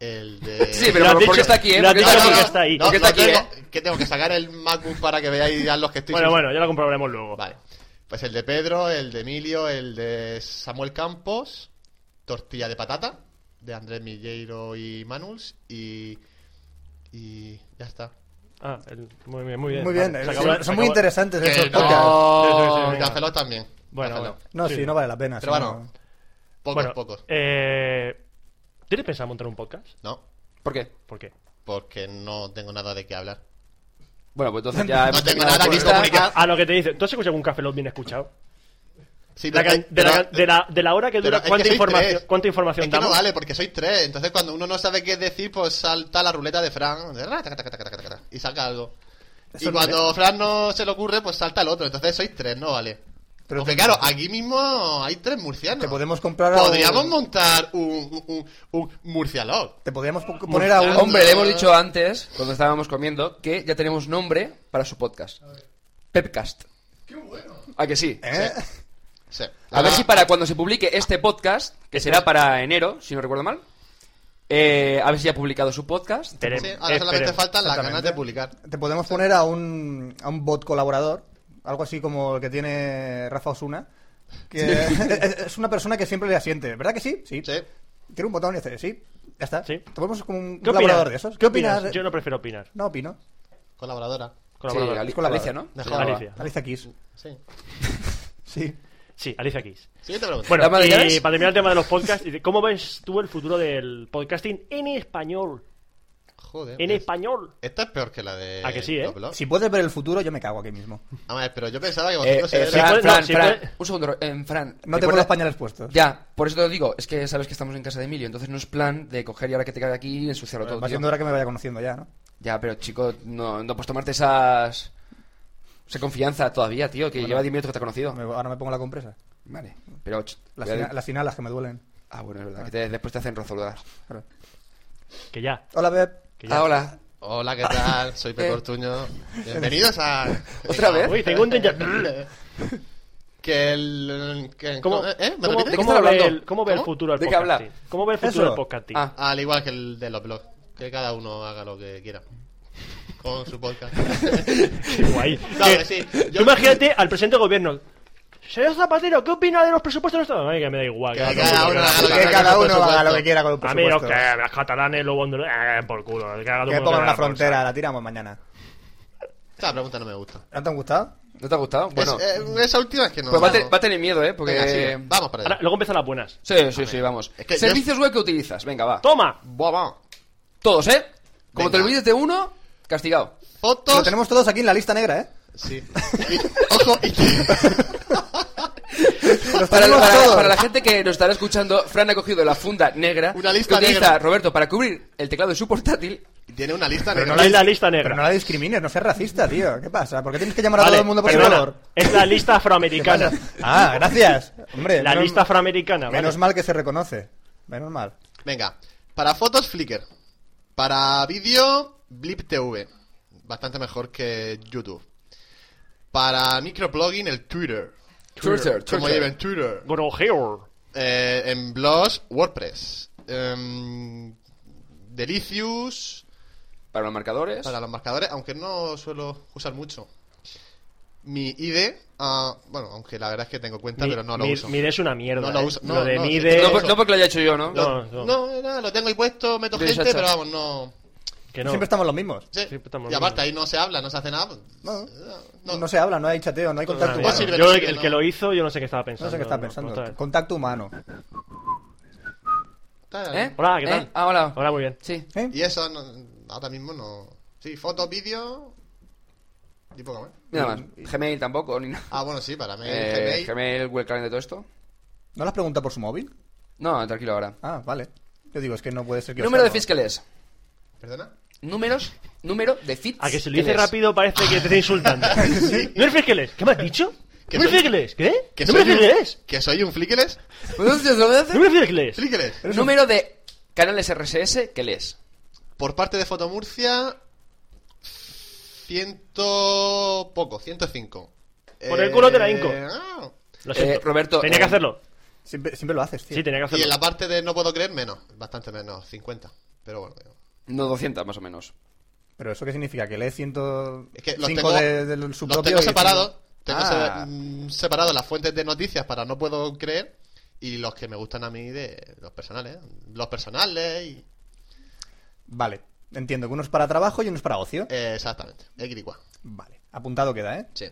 B: el de...
D: Sí,
C: Eh, Lo
D: pero
C: has
D: por- porque
C: dicho-
D: está aquí, ¿eh?
C: lo has
D: Porque
C: dicho
D: está
C: porque
D: aquí.
C: está ahí.
B: No,
D: Porque
B: no
D: está aquí,
B: tengo,
D: ¿eh?
B: que tengo que sacar el MacBook para que veáis ya los que estoy
C: Bueno, bueno, ya lo comprobaremos luego.
B: Vale. Pues el de Pedro, el de Emilio, el de Samuel Campos, Tortilla de Patata, de Andrés Milleiro y Manuls, y. Y. Ya está.
C: Ah, el- muy bien, muy bien.
E: Muy bien,
C: Vale,
E: eh,
C: se
E: son-
C: acabó la-
E: son,
C: se
E: muy
C: acabó-
E: interesantes
B: Que
E: esos
B: no.
E: podcasts.
C: Sí, sí, sí, venga.
B: Canceló también.
C: Bueno,
B: Canceló.
C: bueno.
E: No, sí, no vale la pena.
B: Pero
E: sí,
B: bueno,
E: no.
B: Pocos,
C: Ah, Bueno,
B: pocos.
C: eh, ¿Tienes pensado montar un podcast?
B: No,
D: ¿Por qué?
C: ¿Por qué?
B: porque no tengo nada de qué hablar.
D: Bueno, pues entonces ya hemos
B: tengo
D: terminado
B: nada
D: la
B: que
D: lista.
B: comunicar.
C: A lo Ah, que te dice, ¿tú has escuchado algún Café Lock bien escuchado?
B: Sí,
C: La
B: pero-
C: can- de, la,
B: pero-
C: can- de, la, de la hora que
B: pero
C: dura,
B: es que
C: ¿cuánta,
B: sois
C: información,
B: tres.
C: ¿cuánta información
B: es que
C: damos?
B: no vale, porque sois tres. Entonces, cuando uno no sabe qué decir, pues salta la ruleta de Fran. Ra, taca, taca, taca, taca, taca, Y saca algo.
E: Eso
B: Y
E: no
B: cuando Fran no se le ocurre, pues salta el otro. Entonces, sois tres, no vale.
E: Pero
B: Porque
E: te-
B: claro, aquí mismo hay tres murcianos.
E: Te podemos comprar a un-
B: Podríamos montar un, un, un, un murcialog.
E: Te podríamos po- poner a un...
D: Hombre, le hemos dicho antes, cuando estábamos comiendo, que ya tenemos nombre para su podcast. Pepcast. ¡Qué bueno! ¿A que sí?
E: ¿Eh?
B: Sí.
D: A ver si para cuando se publique este podcast, que será para enero, si no recuerdo mal, eh, a ver si ha publicado su podcast.
C: Espere-
B: Sí, ahora solamente
C: espere.
B: faltan las
E: Exactamente.
B: ganas de publicar.
E: Te podemos poner a un, a un bot colaborador, algo así como el que tiene Rafa Osuna, que es es una persona que siempre le asiente, ¿verdad que sí? Sí.
B: Sí.
E: Tiene un botón y hace, sí, ya está.
C: Sí.
E: Te ponemos como un
C: ¿Qué
E: colaborador
C: opinas?
E: de esos. ¿Qué opinas?
C: Yo no prefiero opinar.
E: No opino.
B: Colaboradora.
D: Sí,
C: Colaborador.
D: Ali-
E: Colaborador.
D: Alicia, ¿no?
B: No,
D: Se llamaba.
C: Alicia.
E: Alicia Kiss.
B: Sí.
E: Sí.
C: Sí, Alicia Keys.
B: Siguiente pregunta.
C: Bueno,
D: ¿La madre
C: y
D: ya ves?
C: para terminar el tema de los podcasts, y de- ¿cómo ves tú el futuro del podcasting en español?
B: Joder.
C: En
B: pues,
C: español.
B: Esta es peor que la de.
C: ¿A que sí, eh?
B: los blogs.
E: Si puedes ver el futuro, yo me cago aquí mismo.
B: A ver, pero yo pensaba que
D: Eh,
B: vosotros
D: eh,
B: erais-
C: sí,
D: Fran,
C: puede-
D: Fran,
C: no, sí,
D: Fran,
C: puede-
D: un segundo, en Fran.
E: No tengo
D: recuerda-
E: los pañales puestos.
D: Ya, por eso te lo digo, es que sabes que estamos en casa de Emilio, entonces no es plan de coger y ahora que te cae aquí y ensuciarlo todo.
E: Va
D: tío.
E: siendo hora que me vaya conociendo ya, ¿no?
D: Ya, pero chico, no, no puedes tomarte esas. Esa confianza todavía, tío, que lleva 10 minutos que te ha conocido.
E: Me- ahora me pongo la compresa.
D: Vale, pero. ch-
E: Las,
D: cuidado.
E: sina- las sinalas que me duelen.
D: Ah, bueno, es verdad, que te- después te hacen rozoludas.
E: Claro.
C: Que ya.
E: Hola, Beb.
C: Que ya.
D: Ah, hola.
B: Hola, ¿qué tal? Soy Pepe Ortuño. Bienvenidos a.
D: Eh. ¿Otra vez?
C: Uy, tengo un déjà
B: Que el. Que,
C: ¿Cómo,
B: ¿Eh? ¿Me
C: cómo-
B: repites?
D: ¿De qué
C: cómo
D: están
C: ve
D: hablando?
C: el, cómo ve el
D: ¿Cómo?
C: futuro del
D: ¿De qué habla?
C: podcasting? ¿Cómo ve el futuro
E: Eso.
C: del podcasting?
D: Ah,
B: Al igual que el de los blogs. Que cada uno haga lo que quiera. Con su podcast.
C: Qué guay.
B: No,
C: Que-
B: sí,
C: tú
B: yo-
C: imagínate al presente gobierno. Señor Zapatero, ¿qué opina de los presupuestos? de Estado? Ay, que me da igual.
B: Que
C: que haga
B: cada
C: todo
B: uno
C: lo que
B: haga
C: haga.
B: lo
E: Que
B: haga
E: cada
B: con
E: uno haga lo
B: presupuesto.
E: que quiera con
C: A
E: el
C: mí los
E: presupuesto.
C: que los catalanes, los bondos, por culo. Que haga todo
E: Que
C: el mundo
E: pongan una
C: haga por
E: frontera, la tiramos mañana.
B: Esta pregunta no me gusta.
E: ¿No te han gustado?
D: ¿no te ha gustado? Bueno,
B: Es- eh, esa última es que no.
D: pues va a, te-
B: no.
D: va a tener miedo, ¿eh? Porque.
B: Venga, sigue. Vamos para
C: saco. Ahora,
B: allá.
C: luego empiezan las buenas.
D: Sí, sí, sí, vamos.
B: Es que
D: Servicios web que utilizas, venga, va.
C: ¡Toma!
B: Buah, vamos.
D: Todos, ¿eh? Como
B: Venga.
D: te olvides de uno, castigado.
B: Fotos.
E: Lo tenemos todos aquí en la lista negra, ¿eh?
B: Sí. Y- ojo. y-
E: los
D: Para,
E: tenemos
D: para-
E: todos.
D: para la gente que nos estará escuchando, Fran ha cogido la funda negra
B: Una lista
D: que utiliza
B: negra.
D: Roberto para cubrir el teclado de su portátil.
B: Tiene una lista
E: Pero
B: negra.
E: no
C: Es la lista
E: Pero no
C: negra.
E: la discrimines, no seas racista, tío. ¿Qué pasa? ¿Por qué tienes que llamar a
C: Vale,
E: todo el mundo por su
C: perdona,
E: valor?
C: Es la lista
E: ¿Qué
C: afroamericana.
E: pasa? Ah, gracias. Hombre,
C: La
E: menos-
C: lista afroamericana, vale.
E: Menos mal que se reconoce. Menos mal.
B: Venga, para fotos Flickr. Para vídeo Blip TV. Bastante mejor que YouTube. Para microblogging el Twitter.
D: Twitter,
B: Como
D: Twitter.
B: lleven Twitter.
C: Grojeo.
B: Eh, en blogs WordPress. Em, Delicious.
D: Para los marcadores.
B: Para los marcadores, aunque no suelo usar mucho. Mi ID, ah, bueno, aunque la verdad es que tengo cuenta,
C: Mi-
B: pero no lo
C: mi-
B: uso.
C: Mide es una mierda.
B: No lo
C: eh.
B: uso, no,
C: Lo de
B: no,
C: Mide.
D: No, por- no porque lo haya hecho yo, ¿no?
C: No.
B: no, no, lo tengo ahí puesto, meto
D: De
B: gente,
D: chacha.
B: pero vamos, no.
C: que no.
E: Siempre estamos los mismos.
B: Sí.
C: Siempre estamos
B: Y aparte,
C: viendo.
B: ahí no se habla, no se hace nada. pues,
E: No,
B: no.
E: no. se habla, no hay chateo, no hay
C: Una
E: contacto
B: mierda.
E: humano.
B: Sí,
C: mierda.
B: pero
C: Ah, Yo,
B: sí que
C: el
B: no.
C: que lo hizo, yo no sé qué estaba pensando.
E: No sé qué está
C: no, Pues no,
E: pensando.
C: no.
E: Contacto humano.
B: Está-
D: ¿Eh?
C: Hola, ¿qué tal?
D: ¿Eh? Ah, hola.
C: Hola, muy bien.
D: Sí.
E: ¿Eh?
B: Y eso no- ahora mismo no. Sí, fotos, vídeo. Y poco más.
D: Nada más. Gmail tampoco, ni nada.
B: Ah, bueno, sí, para mail,
D: Eh,
B: Gmail.
D: Gmail, web calendar, todo esto.
E: ¿No las pregunta por su móvil?
D: No, tranquilo ahora.
E: Ah, vale. Yo digo, es que no puede ser que...
D: Número de
E: os-
D: fiscales.
B: ¿Perdona?
D: Números. Número de fits.
C: A que se lo dice rápido parece que te está insultando. ¿No eres fiscales? ¿Qué me has dicho?
B: Que
C: ¿No eres
B: soy-
C: fiscales? ¿Qué?
B: ¿Que
C: ¿No me
B: soy un-
C: fiscales?
B: ¿Que soy un fliqueles?
C: ¿No me fiscales?
B: ¿Fliqueles?
D: Número de canales RSS que lees.
B: Por parte de Fotomurcia, ciento poco, 105.
C: Por el culo te la hinco.
B: ah.
C: Lo siento.
D: Eh, Roberto,
C: Tenía
D: eh,
C: que hacerlo.
E: Siempre, siempre lo haces, tío.
C: Sí, tenía que
B: Y en
C: hacerlo.
B: la parte de no puedo creer, menos, bastante menos, 50. Pero bueno, digo,
D: No, 200 más o menos.
E: ¿Pero eso qué significa? ¿Que lees 105
B: es que los tengo,
E: de, del- su
B: los
E: propio
B: tengo
E: y-
B: separados. Tengo
D: Ah.
B: se- mm, separado las fuentes de noticias para no puedo creer y los que me gustan a mí de los personales. Los personales y.
E: Vale. Entiendo que uno es para trabajo y uno es para ocio.
B: eh, exactamente, Equiricua.
E: Vale. Apuntado queda, ¿eh?
B: Sí,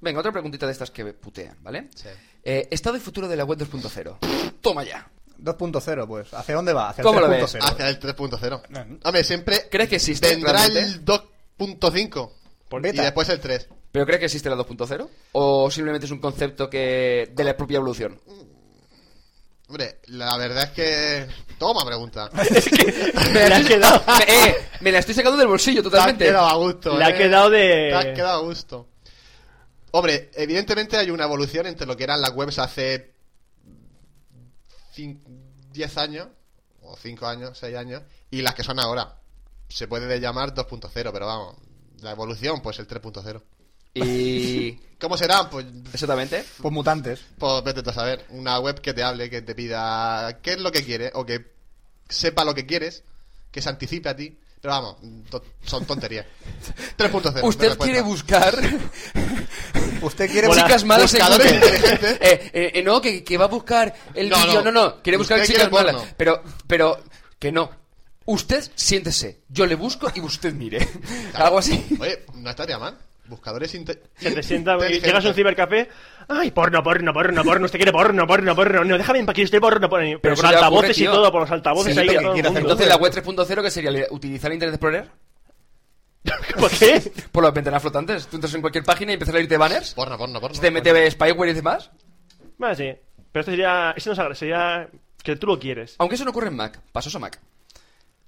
D: Venga, otra preguntita de estas que putean, ¿vale?
B: sí.
D: Eh, estado y futuro de la web 2.0. Toma ya.
E: 2.0 pues. ¿Hacia dónde va? Hacia el
D: ¿Cómo lo ves?
E: 3.0.
B: Hacia el 3.0. Hombre, siempre.
D: ¿Crees que existe
B: Vendrá
D: realmente?
B: el 2.5
E: Por
B: y
E: beta.
B: después el 3.
D: ¿Pero crees que existe la 2.0? ¿O simplemente es un concepto que de la propia evolución?
B: Hombre, la verdad es que. Toma pregunta.
D: Me la
C: has
D: estoy-
C: quedado.
D: Me- eh, me la estoy sacando del bolsillo
B: Te has
D: totalmente.
B: quedado a gusto.
C: Le ha
B: eh.
C: quedado de-
B: Te has quedado a gusto. Hombre, evidentemente hay una evolución entre lo que eran las webs hace. cin- 10 años, o 5 años, 6 años, y las que son ahora. Se puede llamar 2.0, pero vamos. La evolución, pues el 3.0.
D: Y...
B: ¿Cómo serán? Pues
D: Exactamente.
E: Pues mutantes.
B: Pues vete tú a saber, una web que te hable, que te pida qué es lo que quieres, o que sepa lo que quieres, que se anticipe a ti. Pero vamos, to- son tonterías. 3.0.
D: Usted
B: respuesta.
D: quiere buscar
E: Usted quiere...
C: Hola.
D: chicas malas en
B: Buscadores
D: Google.
B: inteligentes.
D: Eh, eh, eh, no, que, que va a buscar el
B: No,
D: vídeo. No.
B: no.
D: no, quiere buscar
B: Usted
D: chicas
B: quiere porno.
D: malas. Pero, pero, que no. Usted siéntese. Yo le busco y usted mire. Algo así.
B: Oye, no estaría mal. Buscadores inte-
C: Se te sienta,
B: inteligentes.
C: llegas a un cibercafé. Ay, porno, porno, porno, porno. Usted quiere porno, porno, porno. No, déjame en paz, que yo estoy porno, porno. Pero
D: eso
C: por
D: ya ocurre,
C: altavoces y
D: tío.
C: todo, por los altavoces
D: Sí,
C: ahí.
D: pero
C: todo el
E: quiere hacer
C: mundo.
D: Entonces la web 3.0, que sería? ¿Le- ¿Utilizar Internet Explorer?
C: ¿Por qué?
D: Por las ventanas flotantes. Tú entras en cualquier página y empiezas a leerte banners.
B: Porno, porno, porno.
D: Se te mete spyware y demás.
C: Bueno, sí. Pero esto sería. Esto nos agra- sería. Que tú lo quieres.
D: Aunque eso no ocurre en Mac. Pasos a Mac.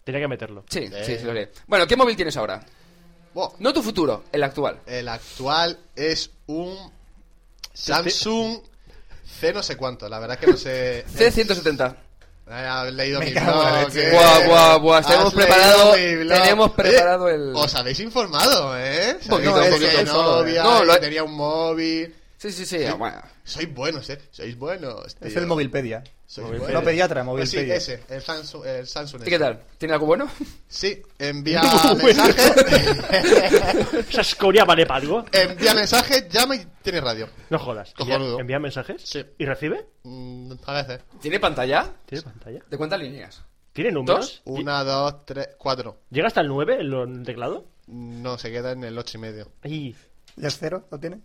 C: Tenía que meterlo.
D: Sí, sí, sí lo haré. Bueno, ¿qué móvil tienes ahora?
B: Buah.
D: No tu futuro, el actual.
B: El actual es un Samsung C no sé cuánto, la verdad es que no sé...
D: C170.
B: Has leído
E: Me
B: mi
E: cago en la
B: blog.
E: leche.
B: eh.
D: Guau, guau, guau,
B: Has
D: tenemos
B: leído
D: preparado-
B: mi blog.
D: tenemos
B: Oye,
D: preparado el-
B: Os habéis informado, ¿eh? Sabéis
D: poquito,
B: que
D: un
B: tenía
D: poquito.
B: novia,
D: No, lo-
B: que tenía un móvil.
D: Sí, sí, sí. ah, Bueno.
B: Sois buenos, ¿eh? Sois buenos.
E: Es
B: tío.
E: el Movilpedia.
B: Sois
C: Movilpedia.
B: buenos.
E: No pediatra,
B: Pues
E: Movilpedia.
B: sí, ese, el Samsung. El Samsung
D: ¿Y qué tal? ¿Tiene algo bueno?
B: Sí, envía mensajes.
C: Esa escoria vale para algo.
B: envía mensajes, llama y tiene radio.
C: No jodas. ¿Envía,
B: Cojonudo.
C: envía mensajes?
B: Sí.
C: ¿Y recibe?
B: Mm, a veces.
D: ¿Tiene pantalla?
C: ¿Tiene pantalla?
D: ¿De cuántas líneas?
C: ¿Tiene números?
B: Una, dos, tres, cuatro.
C: ¿Llega hasta el 9 el, el teclado?
B: No, se queda en el ocho y medio.
C: Ay,
E: ¿Y el cero lo tiene?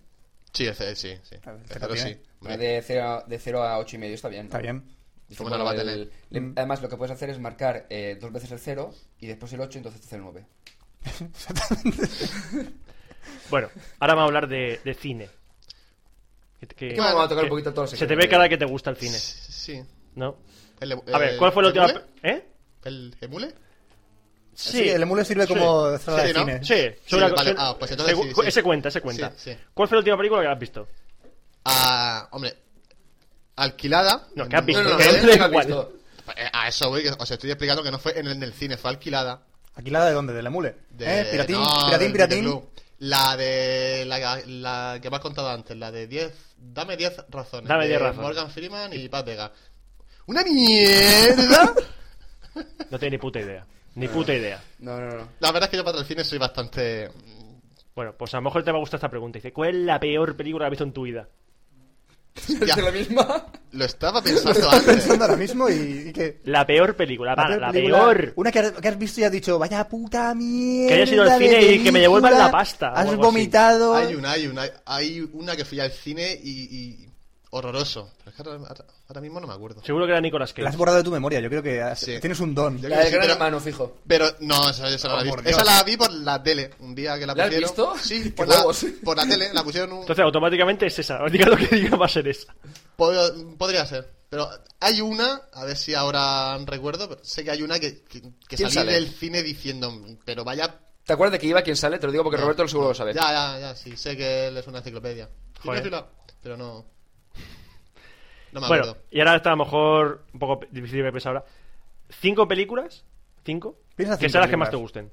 B: Sí, ese, sí, sí.
E: A ver,
B: El
E: cero
B: cero
E: tiene.
B: sí. hombre.
D: De 0 de cero a 8 y medio está bien. ¿no?
E: Está bien.
D: Dice,
B: ¿Cómo no lo va a
D: el-
B: tener?
D: le- además, lo que puedes hacer es marcar eh, dos veces el 0 y después el 8 y entonces el 9.
C: Bueno, ahora vamos a hablar de, de cine. Que- que-
D: que vamos a tocar un poquito todos los
C: Se te
D: secretos,
C: ve cara
D: tío.
C: que te gusta el cine,
B: Sí.
C: ¿no?
B: El-
C: A ver, ¿cuál fue la
B: ¿el
C: última.
B: emule?
C: pe- ¿Eh?
B: ¿El emule?
E: Sí, el emule sirve
C: Sí.
E: como sala
B: Sí,
E: de
B: ¿no?
E: cine.
C: Sí,
B: Sí,
C: soy una-
B: vale.
C: soy-
B: Ah, pues entonces
C: segu-
B: sí, sí.
C: Ese cuenta, ese cuenta.
B: Sí, sí.
C: ¿Cuál fue la última película que has visto?
B: Ah, hombre, alquilada.
C: No, que has
D: No,
C: visto.
D: no, no,
C: que
B: eh,
D: no,
C: da
D: no, no,
C: igual.
D: no, no, no.
B: eh, A eso voy, que os estoy explicando que no fue en el, en el cine, fue alquilada.
E: ¿Aquí la de dónde? ¿Del emule?
B: De,
E: ¿Eh? Piratín,
B: no,
E: piratín,
B: del
E: piratín.
B: videoclub. La de. La, la que me has contado antes, la de 10. Dame 10 razones.
C: Dame
B: de
C: 10 razones.
B: Morgan Freeman y Pat Vega. ¡Una mierda!
C: No tiene ni puta idea.
B: Ah.
C: Ni puta idea.
D: No, no, no.
B: la verdad es que yo para el cine soy bastante.
C: Bueno, pues a lo mejor te va a gustar esta pregunta. Dice, ¿cuál es la peor película que has visto en tu vida?
B: Ya.
D: Es la misma.
B: Lo estaba pensando
E: Estás
B: antes.
E: pensando ahora mismo y, y que...
C: La peor película, va, la
E: película-
C: peor.
E: Una que has, que has visto y has dicho, vaya puta mierda.
C: haya sido al
E: de
C: cine y que me devuelvan
E: película,
C: la pasta, o
E: Has
C: algo así.
E: vomitado.
B: Hay una, hay una. Hay una que fui al cine y. y- horroroso. Pero es que ahora, ahora- ahora mismo no me acuerdo.
C: Seguro que era Nicolas Cage.
E: La has borrado de tu memoria, yo creo que has-
B: Sí.
E: tienes un don.
B: Yo
D: La del
B: sí,
D: gran
B: pero-
D: hermano, fijo.
B: Pero no, esa, esa no
E: Oh,
B: la vi.
E: por Dios.
B: Esa la vi por la tele. Un día que la
D: ¿La has
B: pusieron.
D: visto?
B: Sí,
D: Qué
B: por la,
D: huevos.
B: por la tele. La pusieron un.
C: Entonces, automáticamente es esa. Diga lo que diga, va a ser esa.
B: pod- podría ser. Pero hay una, a ver si ahora recuerdo. Pero sé que hay una que, que, que
D: ¿Quién
B: salí
D: sale?
B: del cine diciendo. Pero vaya.
D: ¿Te acuerdas de que iba quien sale? Te lo digo porque Roberto lo seguro lo sabe.
B: Ya, ya, ya. Sí, sé que él es una enciclopedia.
C: Joder.
B: Cinéfilo, Pero no. No me
C: Bueno,
B: acuerdo.
C: y ahora está a lo mejor un poco difícil de pensar ahora. ¿Cinco películas? ¿Cinco?
E: Piensa
C: que
E: cinco
C: sean las que
E: películas.
C: más te gusten.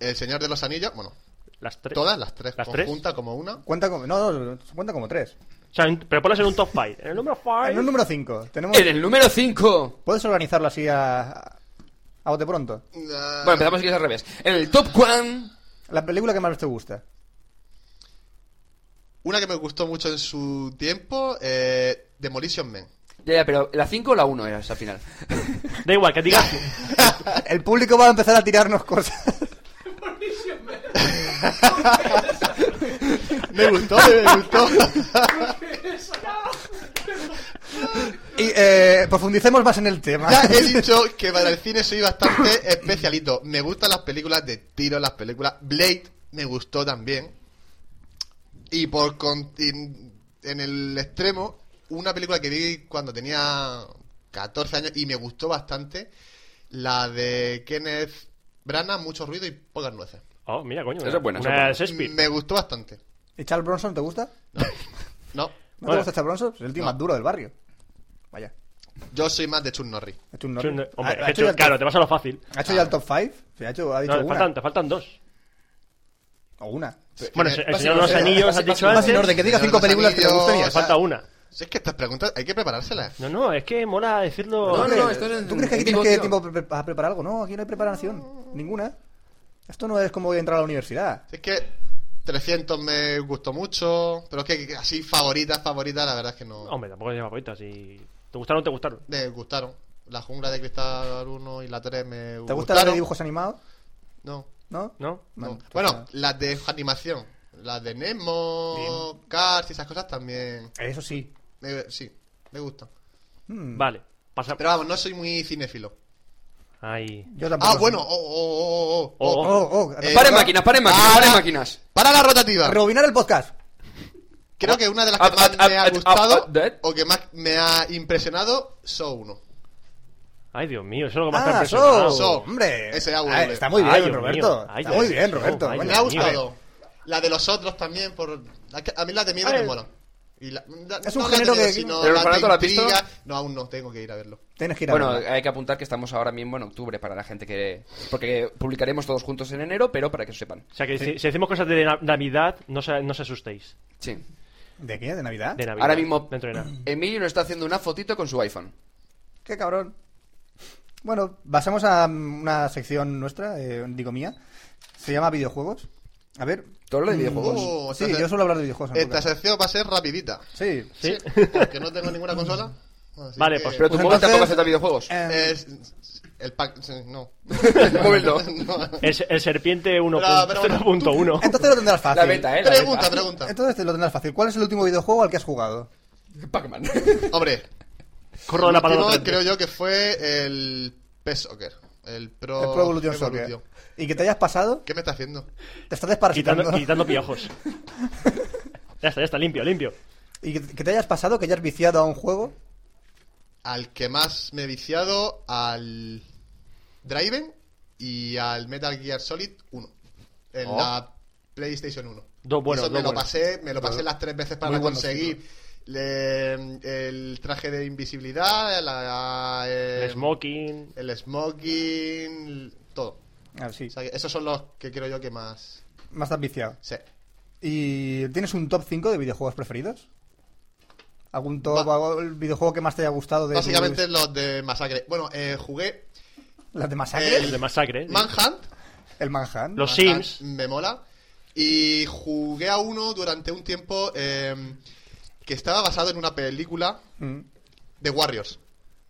B: El Señor de los Anillos. Bueno,
C: Las tres.
B: todas las tres.
C: Eh, ¿Las tres?
B: conjunta como una.
E: Cuenta como, no, no, cuenta como tres.
C: O sea, en- pero ponlas en un top 5. En el número 5.
E: En el número 5. Tenemos...
D: En el número 5.
E: ¿Puedes organizarlo así a, a, a bote pronto?
B: Ah,
D: Bueno, empezamos si quieres al revés. En el top 1.
E: La película que más te gusta.
B: Una que me gustó mucho en su tiempo. Eh, Demolition Man.
D: Ya, ya, pero la 5 o la 1 era esa final.
C: Da igual, que digas.
E: El público va a empezar a tirarnos cosas.
B: Me gustó, me gustó.
E: Y eh, profundicemos más en el tema.
B: Ya he dicho que para el cine soy bastante especialito. Me gustan las películas de tiro, las películas. Blade me gustó también. Y por con- en en el extremo, una película que vi cuando tenía 14 años y me gustó bastante, la de Kenneth Branagh, mucho ruido y pocas nueces.
C: Oh, mira, coño.
D: Esa
C: una-
D: es buena, esa
C: Una de
D: es
C: Shakespeare.
B: Me gustó bastante.
E: ¿Y Charles Bronson te gusta?
B: No,
E: ¿No te
C: Hola.
E: gusta Charles Bronson? Es el tío
B: No.
E: más duro del barrio. Vaya.
B: yo soy más de Chuck Norris.
E: Ha hecho un
C: Sí,
E: norte.
C: no- Hombre,
E: ha,
C: que
E: ha hecho ya
C: tú-
E: el
C: claro,
E: top-
C: te vas a lo fácil.
E: ha hecho ya el top 5. ha, hecho, ha dicho
C: No, te
E: una.
C: faltan, te faltan dos.
E: O una.
C: Bueno,
B: Eh,
C: el Señor de los
D: pasa-
C: Anillos,
D: pasa-
C: has dicho
D: pasa-
E: Más en
C: antes.
E: orden, que diga
B: Señor de
E: cinco
B: los
E: películas que te
B: Anillos,
E: gustan y ya
B: o
C: Te
E: está.
B: sea,
C: falta una.
B: Es que estas preguntas hay que preparárselas.
C: No, no, es que mola decirlo.
D: No, no,
E: ¿Tú crees-
D: esto es en-
E: ¿Tú crees que
D: en
E: aquí
D: vivo,
E: tienes que
D: tío.
E: tiempo pre- para preparar algo? No, aquí no hay preparación. Ninguna. Esto no es como entrar a la universidad.
B: Es que 300 me gustó mucho, pero es que que así favoritas, favoritas, la verdad es que no
C: Hombre, tampoco se llama poeta. Si te gustaron, te gustaron.
B: me gustaron. La jungla de cristal 1 y la 3 me
E: ¿Te gusta la
B: gustaron.
E: de dibujos pues animados?
B: No,
E: ¿No?
C: ¿No?
B: no.
E: entonces
B: Bueno,
E: nada.
B: las de animación, las de Nemo, Cars y esas cosas también.
E: Eso sí.
B: me- sí, me gustan.
E: Hmm.
C: Vale. Pasa.
B: Pero vamos, no soy muy cinéfilo.
C: Ahí.
E: Yo tampoco
B: Ah,
E: soy.
B: bueno, oh, oh, oh, oh, oh.
C: Oh,
E: Oh, oh,
B: Eh,
D: Paren
B: no.
D: máquinas, paren máquinas,
B: Para.
D: paren máquinas.
B: Para la rotativa.
E: Rebobinar el podcast.
B: Creo que una de las que
D: Up,
B: más
D: up,
B: me
D: up,
B: ha
D: up,
B: gustado
D: up, that.
B: o que más me ha impresionado, So 1.
C: Ay, Dios mío, eso es lo que más te ha
E: ah,
C: impresionado.
E: so,
B: So.
E: hombre.
B: S.A.W.
E: Ah, está muy bien,
C: Ay, Dios
E: Roberto.
C: mío. Ay,
E: está
C: Dios
E: muy
C: mío.
E: bien, Roberto.
C: Ay,
E: Bueno,
B: Me ha
C: Dios mío.
B: gustado. La de los otros también, por... la que- A mí la de miedo
C: A ver.
B: me mola. Y la- la-
E: Es un
B: no la de miedo,
E: género que- Ah,
B: sino
D: ¿El
B: la
D: orfanato
B: de
D: lo has visto?
B: intriga. No, aún no, tengo que ir a verlo.
E: Tienes que ir a
D: Bueno,
C: eh,
E: verla.
D: hay que apuntar que estamos ahora mismo en octubre para la gente que. Porque publicaremos todos juntos en enero, pero para que sepan.
C: O sea, que si, si decimos cosas de na- Navidad, no se, no se asustéis.
D: Sí.
E: ¿De qué? ¿De Navidad?
C: De Navidad.
D: Ahora mismo-
C: Dentro de nada.
D: Emilio nos está haciendo una fotito con su iPhone.
E: Qué cabrón. Bueno, pasamos a mm, una sección nuestra, eh, digo mía. Se llama videojuegos. A ver.
D: ¿Tú hablas de
E: mm,
D: videojuegos?
B: Oh,
E: sí,
B: esta se-
E: yo suelo hablar de videojuegos. en
B: Esta
E: podcast.
B: sección va a ser rapidita.
E: Sí.
C: Sí.
B: Porque no tengo ninguna consola. así
C: Vale,
B: que-
C: pues-
D: Pero tu
E: Pues
D: móvil
E: entonces-
D: tampoco acepta videojuegos.
E: Eh,
B: Es- El pack... sí, No.
D: El móvil no.
C: El, se- el serpiente
B: pero bueno,
C: 1.0.1.
E: entonces lo tendrás fácil.
D: La beta, eh. La
B: Pregunta,
D: beta.
B: pregunta.
E: Entonces te lo tendrás fácil. ¿Cuál es el último videojuego al que has jugado?
D: Pac-Man.
B: Hombre,
C: Corro de la
B: el último
C: palabra.
B: creo yo que fue el PES Soccer. El Pro,
E: el Pro Evolution Soccer.
B: Evolution.
E: Y que te hayas pasado,
B: ¿Qué me está haciendo?
E: te estás desparasitando.
C: Quitando, quitando piojos. Ya está, ya está, limpio, limpio.
E: ¿Y que, que te hayas pasado, que hayas viciado a un juego?
B: Al que más me he viciado, al Driven y al Metal Gear Solid 1. En
C: Oh.
B: la PlayStation 1.
C: Dos buenos,
B: Eso
C: dos
B: me lo
C: buenos.
B: pasé, me lo pasé las tres veces para
E: Muy buenos
B: conseguir le- el traje de invisibilidad, la- eh,
C: El smoking.
B: el smoking, todo.
E: A ver, Ah, sí.
B: O sea, que esos son los que creo yo que más
E: Más te has viciado.
B: sé.
E: ¿Y tienes un top 5 de videojuegos preferidos? ¿Algún top,
B: Va-
E: algo- el videojuego que más te haya gustado? De
B: Básicamente
E: tus-
B: los de Masacre. Bueno, eh, jugué
E: ¿Las de Masacre?
C: El de masacre. ¿eh?
B: Manhunt.
E: ¿El Manhunt?
C: Los
B: Manhunt
C: Sims.
B: Me mola. Y jugué a uno durante un tiempo eh, que estaba basado en una película
E: Mm.
B: de Warriors.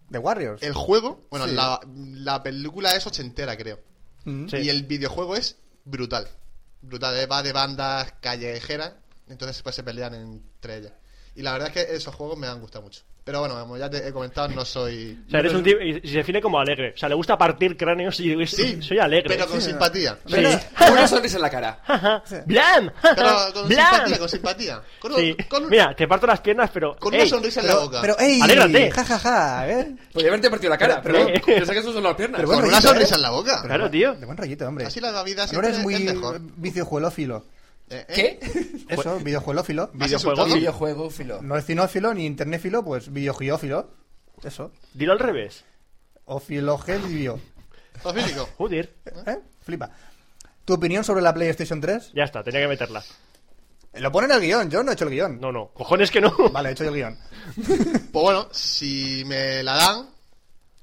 E: ¿De Warriors?
B: El juego, bueno,
E: Sí.
B: la, la película es ochentera, creo.
E: Mm.
C: Sí.
B: Y el videojuego es brutal. Brutal, eh, va de bandas callejeras. Entonces pues se pelean entre ellas. Y la verdad es que esos juegos me han gustado mucho. Pero bueno, como ya te he comentado, no soy...
C: O sea, eres un tío. Y se define como alegre. O sea, le gusta partir cráneos y
B: Sí,
C: soy alegre.
B: Pero con simpatía.
C: Sí.
D: Una sonrisa en la cara.
C: ¡Blam!
B: Pero con
C: ¡Blam!
B: simpatía, con simpatía. Con, un-
C: Sí.
B: con un-
C: Mira, te parto las piernas, pero.
B: con
C: ¡Ey!
B: una sonrisa en la boca.
E: Pero, ¡ey!
C: ¡Alégrate!
E: ¡Ja, ja, ja! ¿eh?
D: Podría haberte partido la cara, pero,
C: Pero-
D: no, pensaba que eso son las piernas.
E: Pero
B: con
E: bueno,
B: una
E: bonito,
B: sonrisa
E: ¿eh?
B: en la boca.
C: Claro, tío.
E: De buen rollito, hombre.
B: Así la vida
E: no
B: siempre
E: eres muy
B: es mejor.
E: videojuelófilo.
B: Eh, eh.
D: ¿Qué?
E: Eso, videojuelófilo.
B: ¿Has
C: Videojuegos.
B: insultado?
D: Videojuego, filo.
E: No es cinófilo ni internefilo, pues videojueófilo. Eso.
C: Dilo al revés.
E: O filogelio.
B: Zofílico.
C: Joder.
E: ¿Eh? Flipa. ¿Tu opinión sobre la PlayStation 3?
C: Ya está, tenía que meterla.
E: Lo pone en el guión, yo no he hecho el guión.
C: No, no. Cojones que no.
E: Vale, he hecho yo el guión.
B: Pues bueno, si me la dan,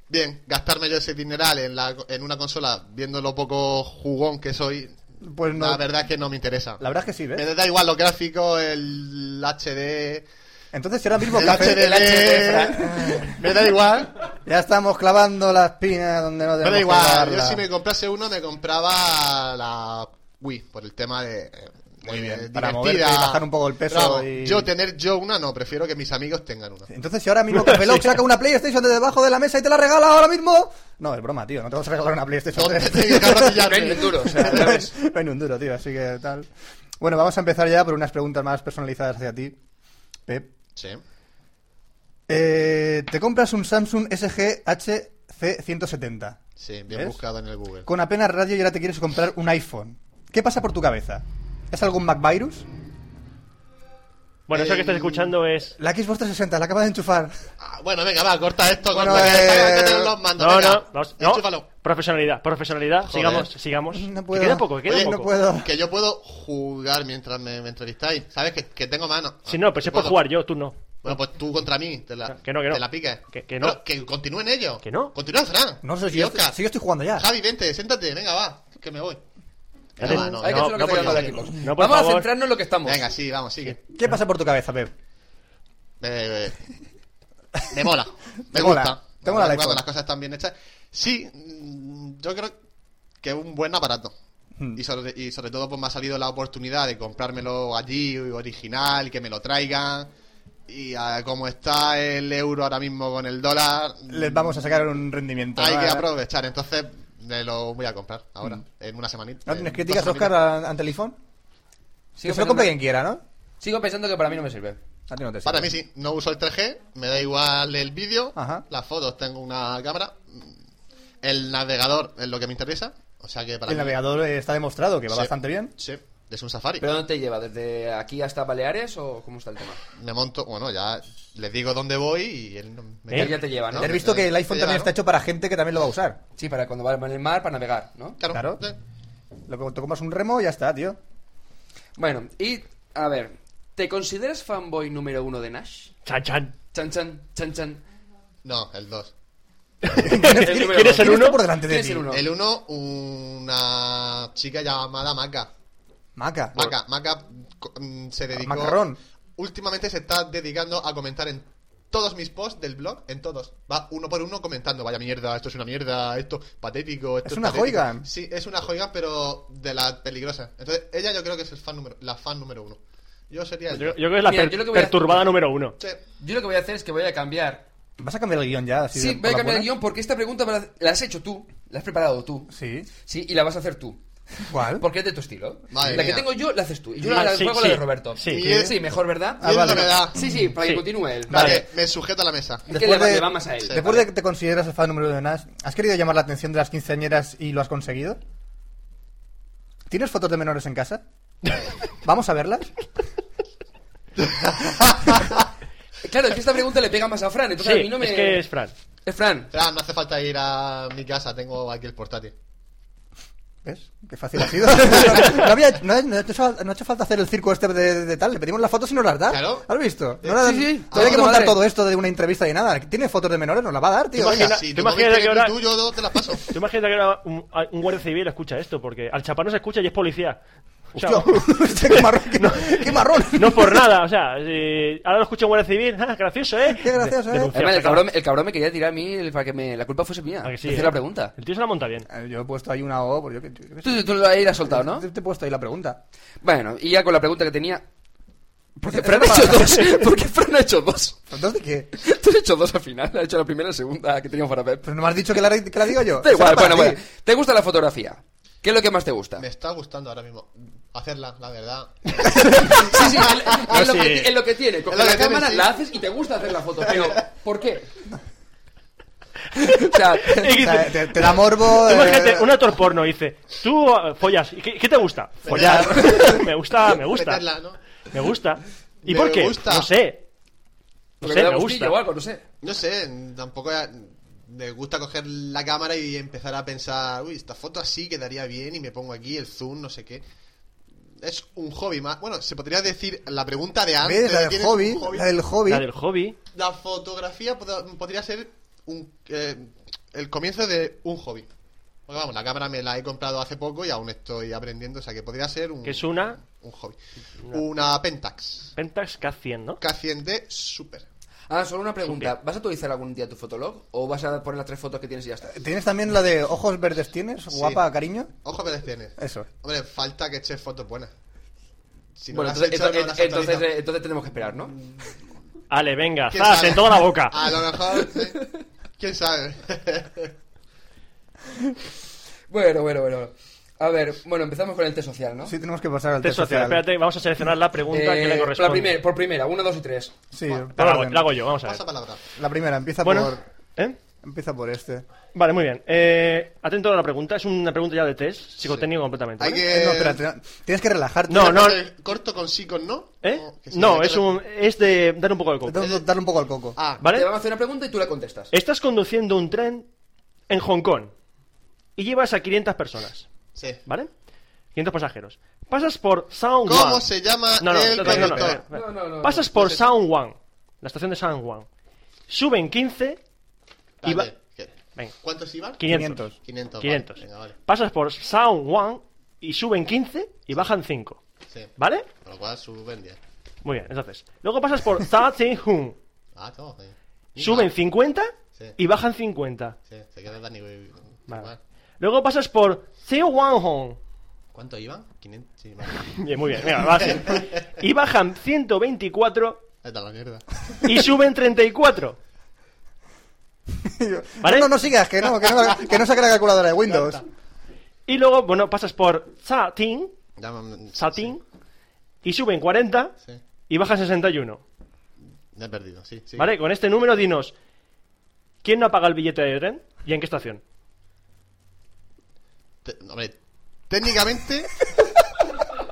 B: bien, gastarme yo ese dineral en, la, en una consola viendo lo poco jugón que soy,
E: Pues no.
B: la verdad es que no me interesa.
E: La verdad es que sí,
B: Me
E: ¿ves?
B: da igual los gráficos, el HD,
E: Entonces si ahora mismo
B: el
E: café-
B: HDD, me da igual,
E: Ya estamos clavando la espina donde no
B: me da
E: tenemos que
B: igual. Yo
E: clavarla.
B: si me comprase uno me compraba la Wii por el tema de... Muy
E: bien, para moverte y bajar un poco el peso y-
B: Yo tener yo una no, prefiero que mis amigos tengan una.
E: Entonces si ahora mismo Café Lock saca una PlayStation de debajo de la mesa y te la regala ahora mismo... No, es broma, tío. No te vas a regalar una PlayStation
B: ¿Dónde
E: 3.
B: tengo que
D: No
B: gatillarme?
D: hay ni un duro, o sea, al revés.
E: no hay ni un duro, tío, así que tal. Bueno, vamos a empezar ya por unas preguntas más personalizadas hacia ti, Pep.
B: Sí.
E: Eh, te compras un Samsung SG-HC170.
B: Sí, bien
E: ¿Ves?
B: buscado en el Google.
E: Con apenas radio y ahora te quieres comprar un iPhone. ¿Qué pasa por tu cabeza? ¿Es algún Mac virus?
C: Bueno, eso que estás
B: Eh,
C: escuchando es.
E: La Xbox 360, la acaba de enchufar.
B: Ah, bueno, venga, va, corta esto.
E: Bueno,
B: corta, que-
E: eh,
B: venga, que tengo los mandos,
C: No,
B: venga.
C: no, vamos- no.
B: Enchúfalo.
C: Profesionalidad, profesionalidad.
B: Joder.
C: Sigamos, sigamos.
E: No
C: Que
E: puedo.
C: queda poco, que queda
B: Oye,
C: poco.
E: No puedo.
B: Que yo puedo jugar mientras me, me entrevistáis. ¿Sabes? Que, que tengo mano.
C: Si no, pues es por
B: Puedo.
C: jugar yo, tú no.
B: Bueno, pues tú contra mí. Te la,
C: Que no, que no.
B: Te la piques.
C: Que- que no.
B: Pero que continúen ellos.
C: Que no.
B: Continúa, Fran.
E: No sé si
B: Y
E: yo,
B: Oscar.
E: si yo estoy jugando ya.
B: Javi, vente, siéntate. Venga, va. Que me voy.
C: Ya
B: Venga,
C: te-
B: va, no,
D: Hay que
B: no.
D: hacer lo que
C: no,
D: te
C: por
D: digan los
C: favor.
D: equipos.
C: No, por
D: Vamos a
C: favor.
D: centrarnos en lo que estamos.
B: Venga, sí, vamos, sigue.
E: ¿Qué pasa por tu cabeza, Pep?
B: Eh, me mola. Me
E: Te mola.
B: gusta.
E: Te mola la
B: Cuando
E: iPhone.
B: las cosas están bien hechas. Sí, mm, yo creo que es un buen aparato.
E: Hmm.
B: Y sobre, y sobre todo pues me ha salido la oportunidad de comprármelo allí, original, que me lo traigan. Y ah, como está el euro ahora mismo con el dólar,
E: Les vamos a sacar un rendimiento.
B: hay
E: ¿no?
B: que aprovechar. Entonces me lo voy a comprar ahora, en una semanita.
E: ¿No tienes
B: en
E: críticas,
B: dos
E: Oscar,
B: semanitas.
E: a- ante el iPhone?
D: Sigo
E: que se lo compre quien
D: pensando,
E: quiera, ¿no?
D: sigo pensando que para mí no me sirve.
E: A ti no te sirve.
B: Para mí sí, no uso el 3G, me da igual el vídeo,
E: Ajá.
B: las fotos, tengo una cámara, el navegador es lo que me interesa, o sea que para
E: El
B: mí-
E: navegador eh, está demostrado que va
B: Sí.
E: bastante bien.
B: Sí, es un safari.
D: ¿Pero dónde te lleva? ¿Desde aquí hasta Baleares o cómo está el tema?
B: Me monto, bueno, ya les digo dónde voy y él no- me
C: ¿Eh?
D: Él ya te lleva, ¿no?
E: Has visto que el iPhone
B: Te
E: también
B: lleva,
E: está
B: ¿no?
E: hecho para gente que también lo va a usar.
D: Sí, para cuando va en el mar, para navegar, ¿no?
B: Claro.
E: Claro.
B: sí.
E: Lo que te compras un remo y ya está, tío.
D: Bueno, y a ver, ¿te consideras fanboy número uno de Nash?
C: Chan, chan.
D: Chan, chan, chan, chan.
B: No, el 2.
D: número
C: ¿Quién es
D: dos.
C: el
E: ¿Quién está
C: uno?
E: por delante de
D: ¿Quién es
E: ti?
D: el uno?
B: El 1, una chica llamada Maca.
E: Maca.
B: Maca, Maca co- mm, se dedicó.
E: Macarrón.
B: Últimamente se está dedicando a comentar en todos mis posts del blog, en todos. Va uno por uno comentando, vaya mierda, esto es una mierda, esto patético, esto
E: Es
B: es,
E: una
B: patético".
E: hooligan.
B: Sí, es una joiga, pero de la peligrosa. Entonces, ella yo creo que es el fan número, la fan número uno. Yo sería el dos.
C: Pues Yo, yo creo que es la
D: Mira,
C: per-
D: yo lo que voy a-
C: perturbada número uno.
B: Sí.
D: Yo lo que voy a hacer es que voy a cambiar.
E: ¿Vas a cambiar el guión ya? así
D: Sí,
E: de-
D: voy a
E: por la
D: cambiar el
E: buena?
D: guión porque esta pregunta me la, la has hecho tú, la has preparado tú.
E: Sí.
D: Sí, y la vas a hacer tú.
E: ¿Cuál?
D: Porque es de tu estilo.
B: Madre
D: la
B: mía.
D: que tengo yo la haces tú. Y yo
C: Ah,
D: la
C: sí,
D: juego la
C: sí.
D: de Roberto.
C: Sí.
B: Y-
D: sí, mejor, ¿verdad?
E: Ah, vale.
B: me da.
D: Sí, sí, para
C: Sí.
D: que continúe él.
C: Vale.
B: Vale, me sujeta la mesa.
D: Es que le,
E: Después
D: va-
E: de-
D: le va más a él.
B: Sí.
E: Después de que te consideras el fan número uno de Nash, ¿has querido llamar la atención de las quinceañeras y lo has conseguido? ¿Tienes fotos de menores en casa? ¿Vamos a verlas?
D: Claro, es que esta pregunta le pega más a Fran, entonces
C: Sí,
D: a mí no me...
C: es que es Fran.
D: Es Fran.
B: Fran, no hace falta ir a mi casa, tengo aquí el portátil.
E: ¿Ves? Qué fácil ha sido. no, había, no, no ha hecho, no ha hecho falta hacer el circo este de, de tal. Le pedimos las fotos y nos las da.
B: Claro.
E: ¿Has visto? No
D: Eh,
E: las da-
D: sí, sí.
E: Todavía hay que
D: Ah,
E: montar
D: madre.
E: todo esto de una entrevista y nada. ¿Tiene fotos de menores? Nos las va a dar, tío.
B: Imagina,
E: venga.
B: si
C: ¿te
B: tú
C: imaginas
B: que
C: que ahora-
B: tú, yo do- te las paso.
C: ¿Te imaginas que ahora un, un guardia civil escucha esto? Porque al chapar no se escucha y es policía. O sea,
E: Hostia, hostia, qué marrón. Qué, qué marrón.
C: no por nada, o sea, si ahora lo escucha un guardia civil, ¡ah, gracioso, ¿eh?
E: Qué gracioso, ¿eh?
C: denuncia,
D: Además, el
C: saca.
D: cabrón, el cabrón me quería tirar a mí para que me, la culpa fuese mía.
C: ¿A que sí,
D: Te hice
C: eh?
D: la pregunta.
C: El tío se la monta bien.
E: Eh, Yo he puesto ahí una O. Pues yo, qué- yo qué
D: Tú,
E: sé.
D: tú ahí la has soltado, ¿no?
E: Te, te he puesto ahí la pregunta.
D: Bueno, y ya con la pregunta que tenía... Porque Fran ha hecho dos. Porque Fran ha hecho dos.
E: ¿Entonces de qué?
D: Tú has hecho dos al final. Ha hecho la primera y la segunda que teníamos para ver.
E: Pero no me has dicho que la, que la digo yo.
D: Da igual,
E: Será para
D: bueno, bueno.
E: ti.
D: ¿Te gusta la fotografía? ¿Qué es lo que más te gusta?
B: Me está gustando ahora mismo hacerla, la verdad.
D: Sí, sí, es, es
C: No,
D: lo,
C: sí.
D: que, es lo que tiene. Coges
B: Es lo
D: la
B: que tiene,
D: cámara,
B: sí.
D: la haces y te gusta hacer la foto. Pero, ¿por qué? o sea,
E: O sea, te, te da morbo.
C: Tú
E: eh,
C: Imagínate, un actor porno dice, tú ah, follas, ¿y ¿qué, qué te gusta? Follar. me gusta, me gusta.
B: Meterla, ¿no?
C: Me gusta. ¿Y
B: Me
C: por qué?
B: gusta.
C: No sé. No
D: porque
C: sé,
D: me da
C: me
D: gustillo
C: gusta.
D: o algo, no sé.
B: No sé, tampoco eh, me gusta coger la cámara y empezar a pensar, uy, esta foto así quedaría bien y me pongo aquí el zoom, no sé qué. Es un hobby más. Bueno, se podría decir la pregunta de antes.
E: ¿Ves? La
B: de
E: del
B: ¿tienes
E: hobby,
B: un hobby?
E: La del hobby.
C: La del hobby.
B: La fotografía pod- podría ser un, eh, el comienzo de un hobby. Porque vamos, la cámara me la he comprado hace poco y aún estoy aprendiendo, o sea que podría ser un,
C: Que es una
B: un hobby. Una Pentax
C: Pentax K100, ¿no?
B: K100D Super.
D: Ah, solo una pregunta. ¿Vas a actualizar algún día tu fotolog? ¿O vas a poner las tres fotos que tienes y ya está?
E: ¿Tienes también la de ojos verdes tienes? Guapa, cariño.
B: Ojo, pero tienes.
E: Eso.
B: Hombre, falta que eches fotos buenas. Si no
D: Bueno,
B: las
D: entonces,
B: has hecho, no las
D: entonces, entonces,
B: actualizas.
D: eh, entonces tenemos que esperar, ¿no?
C: Ale, venga,
B: ¿Quién
C: zas,
B: sabe?
C: en toda la boca.
B: A lo mejor. sí. ¿Quién sabe?
D: Bueno, bueno, bueno. A ver, bueno, empezamos con el test social, ¿no?
E: Sí, tenemos que pasar al
C: Test
E: test
C: social,
E: social.
C: espérate, vamos a seleccionar la pregunta
D: Eh,
C: que le
D: la
C: corresponde.
D: primer- por primera, uno, dos y tres.
E: Sí,
B: Bueno,
E: por
C: la, hago,
E: orden.
C: la hago yo, vamos a ver.
B: Pasa palabra.
E: La primera, empieza
C: Bueno,
E: por
C: ¿eh?
E: empieza por este.
C: Vale, muy bien. Eh, atento a la pregunta, es una pregunta ya de test, psicotécnico completamente.
B: Hay
C: ¿vale?
B: que.
E: Eh, No, espérate, no. tienes que relajarte.
C: Eh, No, no.
B: Corto con sí, con no.
C: ¿Eh?
B: O Oh, que sí,
C: No,
B: hay que
C: es, un, es de dar un poco de coco.
E: Tengo que darle un poco al coco.
B: Ah,
D: Te
C: ¿Vale? Eh,
D: vamos a hacer una pregunta y tú la contestas.
C: Estás conduciendo un tren en Hong Kong y llevas a 500 personas,
B: sí.
C: ¿vale? 500 pasajeros. Pasas por Sound
B: ¿Cómo se llama
C: no, no,
B: el
C: no, no, no, no,
B: conductor?
C: no, no, no,
D: No, no, no,
C: Pasas por Sound One, la estación de Sound One. Suben 15 y va...
B: Vale, ¿qué?
C: Venga,
B: ¿Cuántos iban?
C: 500.
B: 500.
C: 500.
B: Vale. Venga, vale.
C: Pasas por Sound One y suben 15 y bajan 5,
B: Sí.
C: ¿vale?
B: Con lo cual suben 10.
C: Muy bien, entonces. Luego pasas por Zhatin Hun.
B: Ah, todo. bien. Y
C: Suben
B: va.
C: 50
B: Sí.
C: y bajan 50.
B: Sí, se queda Dani.
C: Vale.
B: Vale.
C: Luego pasas por Hong
B: ¿Cuánto iban? 500. Sí, vale.
C: Bien, muy bien, mira, gracias. Y bajan 124
B: Vete a la mierda.
C: y suben 34.
E: Yo-
C: ¿Vale?
E: No, no, no sigas, que no, que no, que no saque la calculadora de Windows.
C: Y luego, bueno, pasas por Satin,
B: Ya me-
C: Satin, y suben 40
B: Sí, sí.
C: y bajan 61.
B: Me he perdido, sí. sí.
C: ¿Vale? Con este número dinos, ¿quién no paga el billete de tren y en qué estación?
B: Te- hombre, técnicamente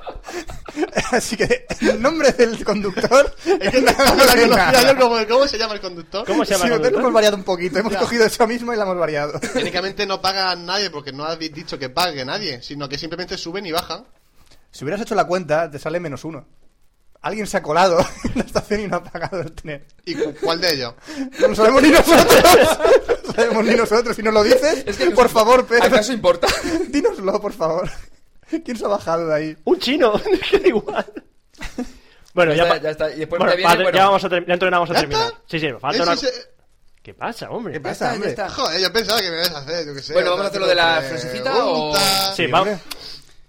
E: Así que el nombre del conductor.
B: Es que no la conocía yo como- ¿Cómo se llama el conductor?
C: ¿Cómo se llama
E: Sí,
C: el
E: lo hemos
C: conductor?
E: variado un poquito. Hemos
B: Ya.
E: cogido esa misma y la hemos variado.
B: Técnicamente no paga nadie porque no habéis dicho que pague nadie, sino que simplemente suben y bajan.
E: Si hubieras hecho la cuenta, te sale menos uno. Alguien se ha colado en la estación y no ha pagado el tren.
B: ¿Y cu- cuál de ellos?
E: No lo sabemos ni nosotros. No lo sabemos ni nosotros. Si nos lo dices, por favor, Pedro,
D: ¿Acaso importa?
E: dínoslo, por favor. ¿Quién se ha bajado de ahí?
C: Un chino, que da igual. Bueno,
D: Ya
C: ya,
D: está,
C: pa-
D: ya está. Y después
C: bueno,
D: me viene,
C: padre,
D: bueno.
C: ya vamos a terminar. Ya entrenamos a
B: ¿Ya
C: terminar.
B: está?
C: Sí, sí, falta
B: Ese
C: una...
B: es-
C: ¿Qué pasa, hombre?
E: ¿Qué
D: Ya
E: pasa,
D: está, ya
E: hombre?
D: está.
B: Joder, yo pensaba que me ibas a hacer, yo qué sé.
D: Bueno,
B: otra
D: vamos a hacer lo de la
B: pregunta.
D: frasecita o-
E: Sí,
C: Sí, va-
E: hombre.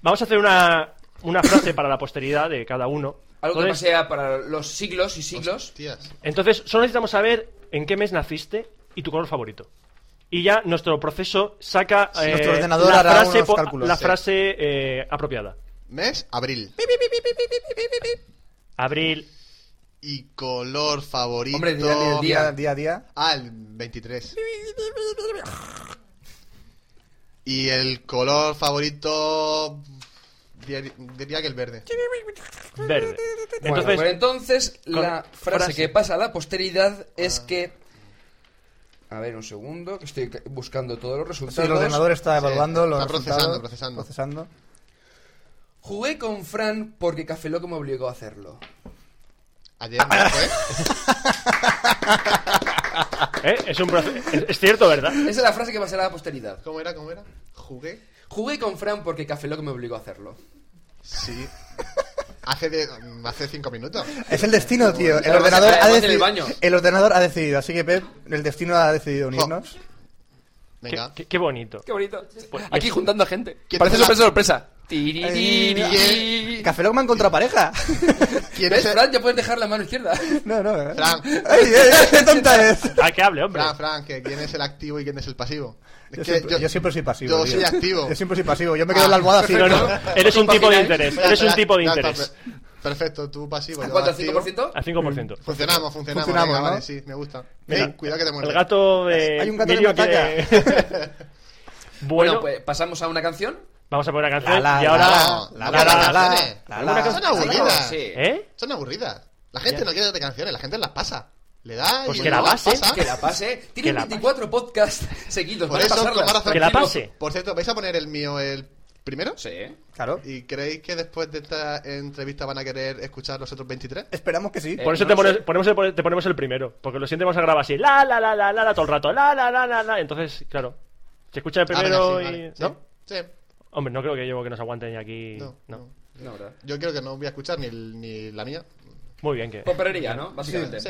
C: vamos a hacer una, una frase para la posteridad de cada uno.
D: Algo que no
C: Entonces-
D: sea para los siglos y siglos.
B: Hostias.
C: Entonces, solo necesitamos saber en qué mes naciste y tu color favorito. y ya nuestro proceso saca
E: Sí,
C: eh,
E: nuestro ordenador
C: la
E: hará
C: frase,
E: unos
C: po-
E: cálculos,
C: la
E: sí.
C: frase eh, apropiada.
B: Mes, abril.
C: Abril.
B: Y color favorito.
D: Hombre, día, día,
E: Día, día a día.
B: Ah, el 23. Y el color favorito. dir- Diría que el verde.
C: Verde.
D: Bueno,
C: Entonces,
D: pues entonces
C: con-
D: la frase,
C: frase.
D: que pasa a la posteridad es que... A ver, un segundo, que estoy ca- buscando todos los
E: Sí,
D: resultados.
E: el ordenador está
B: Sí,
E: evaluando los
B: está procesando,
E: resultados,
B: procesando.
E: procesando.
D: Jugué con Fran porque Café Loco me obligó a hacerlo.
B: Ayer no fue.
C: ¿eh? es, un proce- es, es cierto, ¿verdad?
D: Esa es la frase que pasará a la posteridad.
B: ¿Cómo era? ¿Cómo era? ¿Jugué?
D: Jugué con Fran porque Café Loco me obligó a hacerlo.
B: Sí. Hace, de, hace cinco minutos.
E: Es el destino, tío. El
D: Además,
E: ordenador, ha
D: además en el
E: decidido,
D: baño.
E: el ordenador ha decidido. Así que, Pep, el destino ha decidido unirnos.
C: Qué,
B: Venga.
C: qué- qué bonito.
D: Qué bonito.
C: Pues,
D: Aquí
C: es-
D: juntando a gente.
B: ¿Quién
D: Parece
B: te la-
D: sorpresa, sorpresa.
B: Eh,
D: Tiriri.
E: Café Lock me ha encontrado pareja.
B: ¿Quién es
D: ¿Ves,
B: el-
D: Fran? Ya puedes dejar la mano izquierda.
E: No, no. eh.
B: Fran.
E: ¡Ay, eh, qué tonta es!
C: Ah, que hable, hombre.
B: Fran, Fran, que quién es el activo y quién es el pasivo. Es
E: Yo
B: que
E: siempre, yo siempre soy pasivo.
B: Yo
E: tío.
B: soy activo.
E: Yo siempre soy pasivo. Yo me quedo en la
B: Ah,
E: almohada así.
C: No, no,
E: ¿no?
C: eres un tipo de
D: imagináis?
C: interés.
B: Espera,
C: Eres un
B: espera,
C: tipo de
B: ya está,
C: interés.
B: per- Perfecto, tú pasivo.
D: ¿A
B: yo
D: cuánto? ¿Al
B: activo.
D: 5%?
C: Al 5%.
B: Funcionamos, funcionamos.
E: Funcionamos,
B: venga,
E: ¿no?
B: vale, Pues, sí, me gusta.
C: Mira,
B: Ey, cuidado que te muerde.
C: El gato de.
E: Hay un gato que
C: Emilio
E: me ataca.
C: quiere- bueno,
D: Bueno, pues pasamos a una canción.
C: vamos a poner una canción.
E: La, la,
C: y ahora.
B: No,
E: La,
B: no
E: la,
B: quiero
E: la, la,
B: canciones.
E: la,
B: Alguna
E: la.
B: canción son aburridas.
D: Sí.
C: ¿Eh?
B: Son aburridas. La gente
C: Ya.
B: no quiere de canciones, la gente las pasa. Le da
C: Pues
B: y
C: que la
B: no las
C: pase,
B: pasa.
D: Que la pase.
C: Que
D: Tiene
C: la
D: 24 podcasts seguidos.
B: Por
D: Van a
B: eso,
D: pasarlas.
B: con razón-
C: Que la
D: Tranquilo.
C: pase.
B: Por cierto, ¿vais a poner el mío el primero?
D: Sí.
E: Claro.
B: ¿Y creéis que después de esta entrevista van a querer escuchar los otros 23?
E: Esperamos que sí.
D: Eh,
C: Por eso
D: no
C: te,
D: lo
C: pones-
D: sé.
C: ponemos el, te ponemos el primero. Porque lo siguiente vamos a grabar así. La, la, la, la, la, la, todo el rato. La, la, la, la, la. Entonces, claro. Se escucha el
B: Ah, venga,
C: primero
B: sí,
C: y.
B: vale, sí,
C: ¿No?
B: Sí.
C: Hombre, no creo que llevo que nos aguanten aquí.
B: No,
C: No.
B: no.
D: No, verdad.
B: Yo creo que no voy a escuchar ni, el- ni la mía.
C: Muy bien, que.
D: Poperería, ¿no? Básicamente.
B: Sí.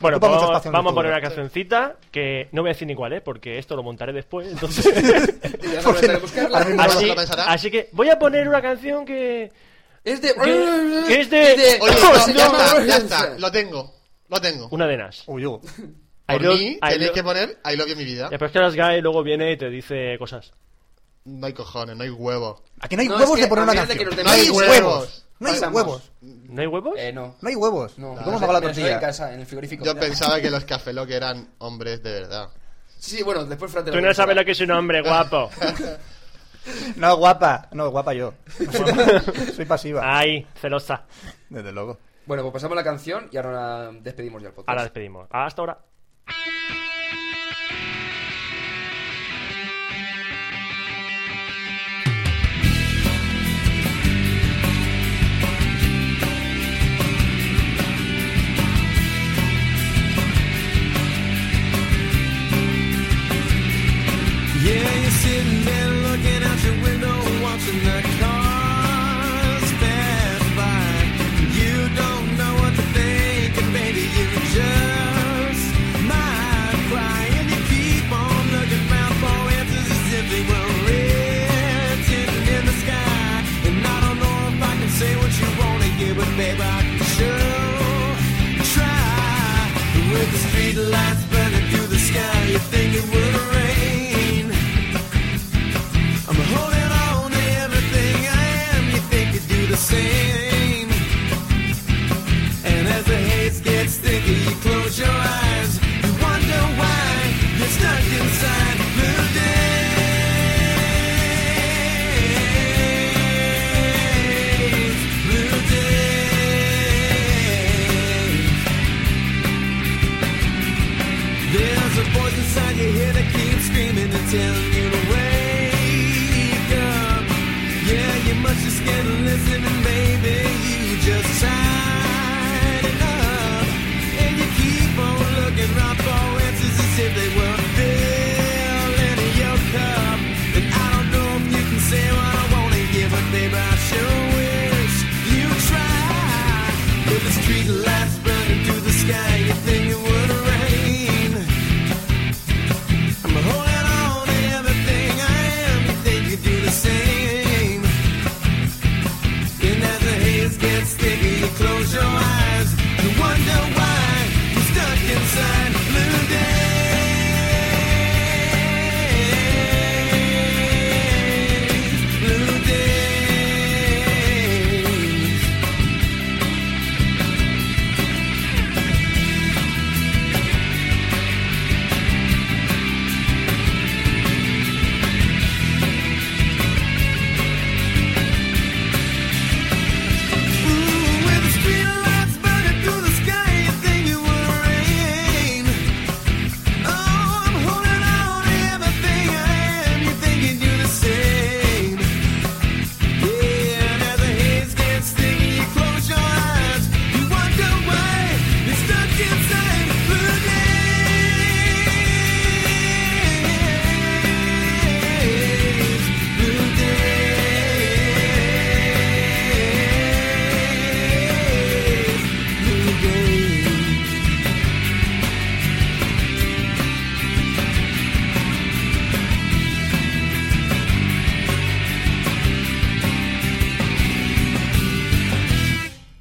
C: Bueno,
E: Ocupa
C: pues
E: mucho
C: vamos,
E: espacio en el
C: vamos a poner
E: tubo.
C: una cancioncita que no voy a decir ni cuál es, porque esto lo montaré después. Entonces.
D: Y ya no
E: Porque
D: intentaré
E: no-
D: buscarla.
E: ahora mismo
B: Ahora se
C: así,
B: lo pensará.
C: así que voy a poner una canción que.
D: Es de.
C: ¿Qué? es de-
B: Oye,
D: ¿cómo
B: Pues no,
D: se
B: ya,
D: llama?
B: está, ya está, lo tengo. Lo tengo.
C: Una de Nas.
E: Uy, Hugo.
B: Por
C: I love-
B: mí,
C: I
B: tenéis
C: love-
B: que poner I love you, mi vida.
C: Ya, pero es que las Guy luego viene y te dice cosas.
B: No hay cojones, no hay huevos.
E: Aquí no hay
D: No, es
E: huevos
D: que
E: de poner
D: a
E: una
D: medida que
E: canción.
D: nos
E: No hay
D: demáis
E: huevos. No hay
D: pasamos.
E: huevos.
C: ¿No hay huevos?
D: Eh, no.
E: No hay huevos.
D: No,
E: ¿Y
D: no sé,
E: ¿Cómo se haga la
D: mira, estoy en
E: tortilla?
D: casa, en el frigorífico.
B: Yo pensaba que los Café Lock eran hombres de verdad.
D: Sí, bueno, después Fran te
C: Tú
D: lo
C: no
D: contará.
C: sabes lo que es un hombre guapo.
E: No, guapa. No, guapa yo. Soy pasiva.
C: Ay, celosa.
E: Desde luego.
D: Bueno, pues pasamos la canción y ahora la despedimos ya el podcast.
C: Ahora despedimos. Hasta ahora.
A: Yeah, you're sitting there looking out your window, watching the cars pass by. You don't know what to think, and baby, you just might cry. And you keep on looking round for answers as if they were written in the sky. And I don't know if I can say what you wanna hear, but babe, I sure try. With the street lights burning through the sky, you think it would rain. I'm holding on to everything I am, you think you do the same. And as the haze gets thicker, you close your eyes. You wonder why you're stuck inside blue days, blue days.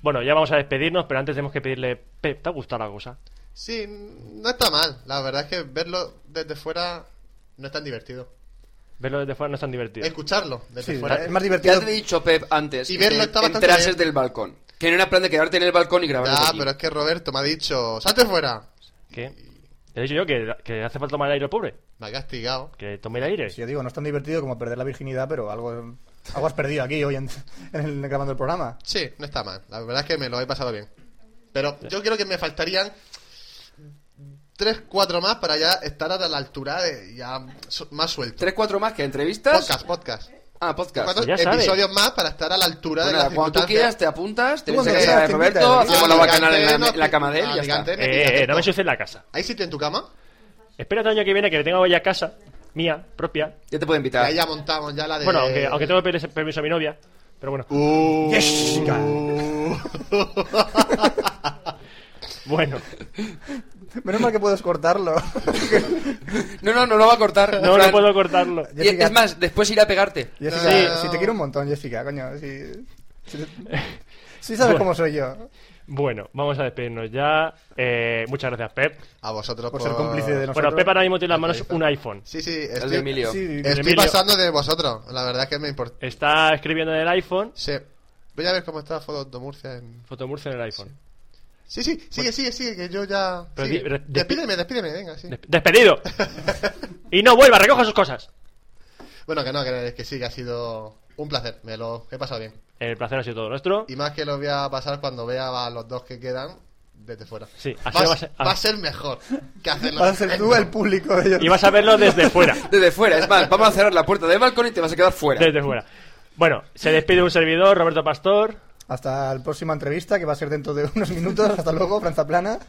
C: Bueno, ya vamos a despedirnos, pero antes tenemos que pedirle. Pep, ¿te ha gustado la cosa?
B: Sí, no está mal. La verdad es que verlo desde fuera no es tan divertido.
C: Verlo desde fuera no es tan divertido.
B: Escucharlo desde
E: Sí,
B: fuera.
E: es más
D: Ya
E: divertido.
D: te he dicho, Pep, antes.
B: Y
D: que
B: verlo
D: te
B: está bastante
D: enterases
B: bien.
D: del balcón. Que no era plan de quedarte en el balcón y grabar.
B: Ya, Ah, pero es que Roberto me ha dicho, ¡salte fuera!
C: ¿Qué? Te he dicho yo que, que hace falta tomar el aire al pobre.
B: Me ha castigado.
C: Que tome el aire. Eh,
E: Si yo digo, no es tan divertido como perder la virginidad, pero algo, algo has perdido aquí hoy en, en el, grabando el programa.
B: Sí, no está mal. La verdad es que me lo he pasado bien. Pero yo creo que me faltarían tres, cuatro más para ya estar a la altura de ya su- más suelto.
D: Tres, cuatro más que entrevistas.
B: Podcast, podcast.
D: Ah, podcast.
B: ¿Cuántos
C: ya sabes.
B: episodios más para estar a la altura
D: Bueno,
B: de las
D: cuando tú
B: circunstancias?
D: quieras te apuntas, te vienes
E: cuando
D: a casa
E: quieras
D: de
E: te invitas,
D: Roberto,
E: lo que
D: hacemos la
B: quieras.
D: bacanal en la, en la
B: Alicante,
D: cama de él y ya está.
B: Alicante.
C: Eh, eh, eh, no me ensucies la casa.
B: ¿Hay sitio en tu cama?
C: Espérate el año que viene que tenga ya casa mía, propia.
D: Ya te puedo
B: Que
D: invitar.
B: ahí ya montamos ya la de...
C: Bueno, aunque, aunque tengo que pedirle permiso a mi novia. Pero bueno.
B: Uh.
E: Yeshica.
C: Bueno.
E: Menos mal que puedes cortarlo.
D: No, no, no lo va a cortar.
C: No,
D: Fran.
C: no puedo cortarlo.
D: Y es- es más, después irá a pegarte.
E: Jessica,
B: Sí.
E: si te quiero un montón, Jessica, coño. Si, si- si sabes cómo soy yo.
C: Bueno, vamos a despedirnos ya. Eh, muchas gracias, Pep.
B: A vosotros
E: Por
B: por...
E: ser cómplice de nosotros.
C: Bueno, Pep ahora mismo tiene en las manos un iPhone.
B: Sí, sí,
D: El
B: estoy,
D: de Emilio.
E: Sí,
B: estoy
C: Emilio.
B: pasando de vosotros. La verdad es que me importa.
C: Está escribiendo en el iPhone.
B: Sí. Voy a ver cómo está Fotos de Murcia en...
C: Fotomurcia en el iPhone.
B: Sí, sí, sigue, sigue, sigue, que yo ya...
C: Pero
B: sigue.
C: di- re-
B: Despídeme, despídeme, venga, sí.
C: Desp- ¡Despedido! y no vuelva, recoja sus cosas.
B: Bueno, que no, que, que sí, que ha sido un placer. Me lo he pasado bien.
C: El placer ha sido todo nuestro.
B: Y más que lo voy a pasar cuando vea a los dos que quedan desde fuera.
C: Sí, así
B: va,
C: lo
B: a
C: vas
B: ser,
C: a-
B: va a ser mejor que hacerlo.
E: Vas a ser tú el público de ellos.
C: Y vas a verlo desde fuera.
D: Desde fuera, es más, vamos a cerrar la puerta del balcón y te vas a quedar fuera.
C: Desde fuera. Bueno, se despide un servidor, Roberto Pastor.
E: Hasta la próxima entrevista, que va a ser dentro de unos minutos. Hasta luego, Franza Plana.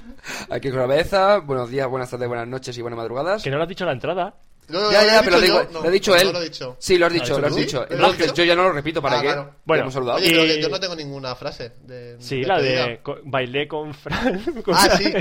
D: Aquí con la cabeza, buenos días, buenas tardes, buenas noches y buenas madrugadas.
C: Que no lo has dicho a la entrada.
B: No, no,
D: ya,
B: no,
D: ya,
B: lo he
D: pero lo,
B: dicho
D: digo,
B: yo, no,
D: lo ha dicho
B: no
D: él.
B: lo he dicho.
D: Sí, lo has
C: ¿Lo
D: dicho,
C: has
D: lo
C: dicho
D: has
C: tú?
D: dicho.
B: ¿Lo has
D: Entonces,
B: dicho?
D: yo ya no lo repito, ¿para
B: Ah,
D: qué?
B: claro.
D: Ya
C: Bueno,
D: hemos saludado.
B: Oye, pero
C: Y-
B: que yo no tengo ninguna frase. De,
C: Eh, Sí, la de
B: despedida.
C: co- bailé con Fran. con
B: Ah,
C: Fran.
B: sí.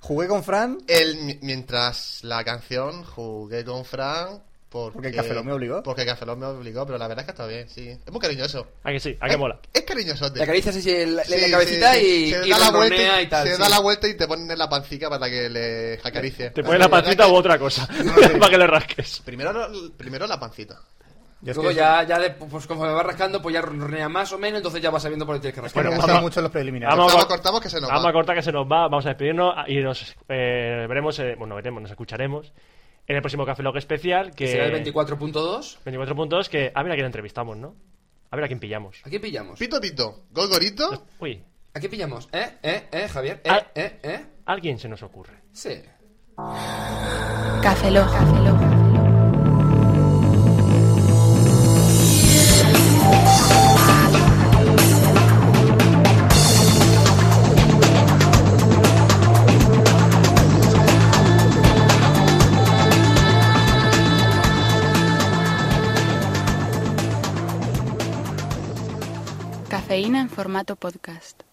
E: Jugué con Fran
B: El, mi- mientras la canción jugué con Fran. Porque,
E: Porque Café Lock me obligó.
B: Porque Café Lock me obligó, pero la verdad es que está bien, sí. Es muy cariñoso.
C: ¿A que sí? ¿A que
B: Es-
C: Ah, mola?
B: Es cariñoso.
D: Le acaricias así el- la cabecita y,
B: se
D: y
B: da la vuelta
D: ronronea
B: y,
D: y tal.
B: se
D: sí.
B: da la vuelta y te ponen la pancita para que le acaricie.
C: Te pones la
B: verdad
C: patita
B: que-
C: u otra cosa.
B: sé.
C: para que le rasques.
B: Primero, lo- primero la pancita.
E: Yo es
D: Luego
E: que-
D: ya, ya de- pues conforme vas rascando, pues ya ronronea más o menos, entonces ya vas sabiendo por dónde tienes que rascar.
E: que me
C: Bueno,
E: gustan
C: vamos-
E: mucho los preliminares.
C: Vamos a
B: cortamos,
C: cor-
B: cortamos que se nos
C: Vamos
B: va.
C: a cortar que se nos va, vamos a despedirnos ah, y nos eh, veremos, eh, bueno, veremos, nos escucharemos en el próximo Café Log especial que
D: Será el 24.2.
C: 24 puntos que a ver a quién entrevistamos, ¿no? A ver a quién pillamos.
D: ¿A quién pillamos?
B: Pito Pito, Gorgorito.
C: Uy,
D: ¿A quién pillamos? ¿Eh? ¿Eh? ¿Eh, Javier? ¿Eh?
C: Ah.
D: ¿Eh? ¿Eh?
C: alguien se nos ocurre.
D: Sí.
G: Café Lock. Cafeína en formato podcast.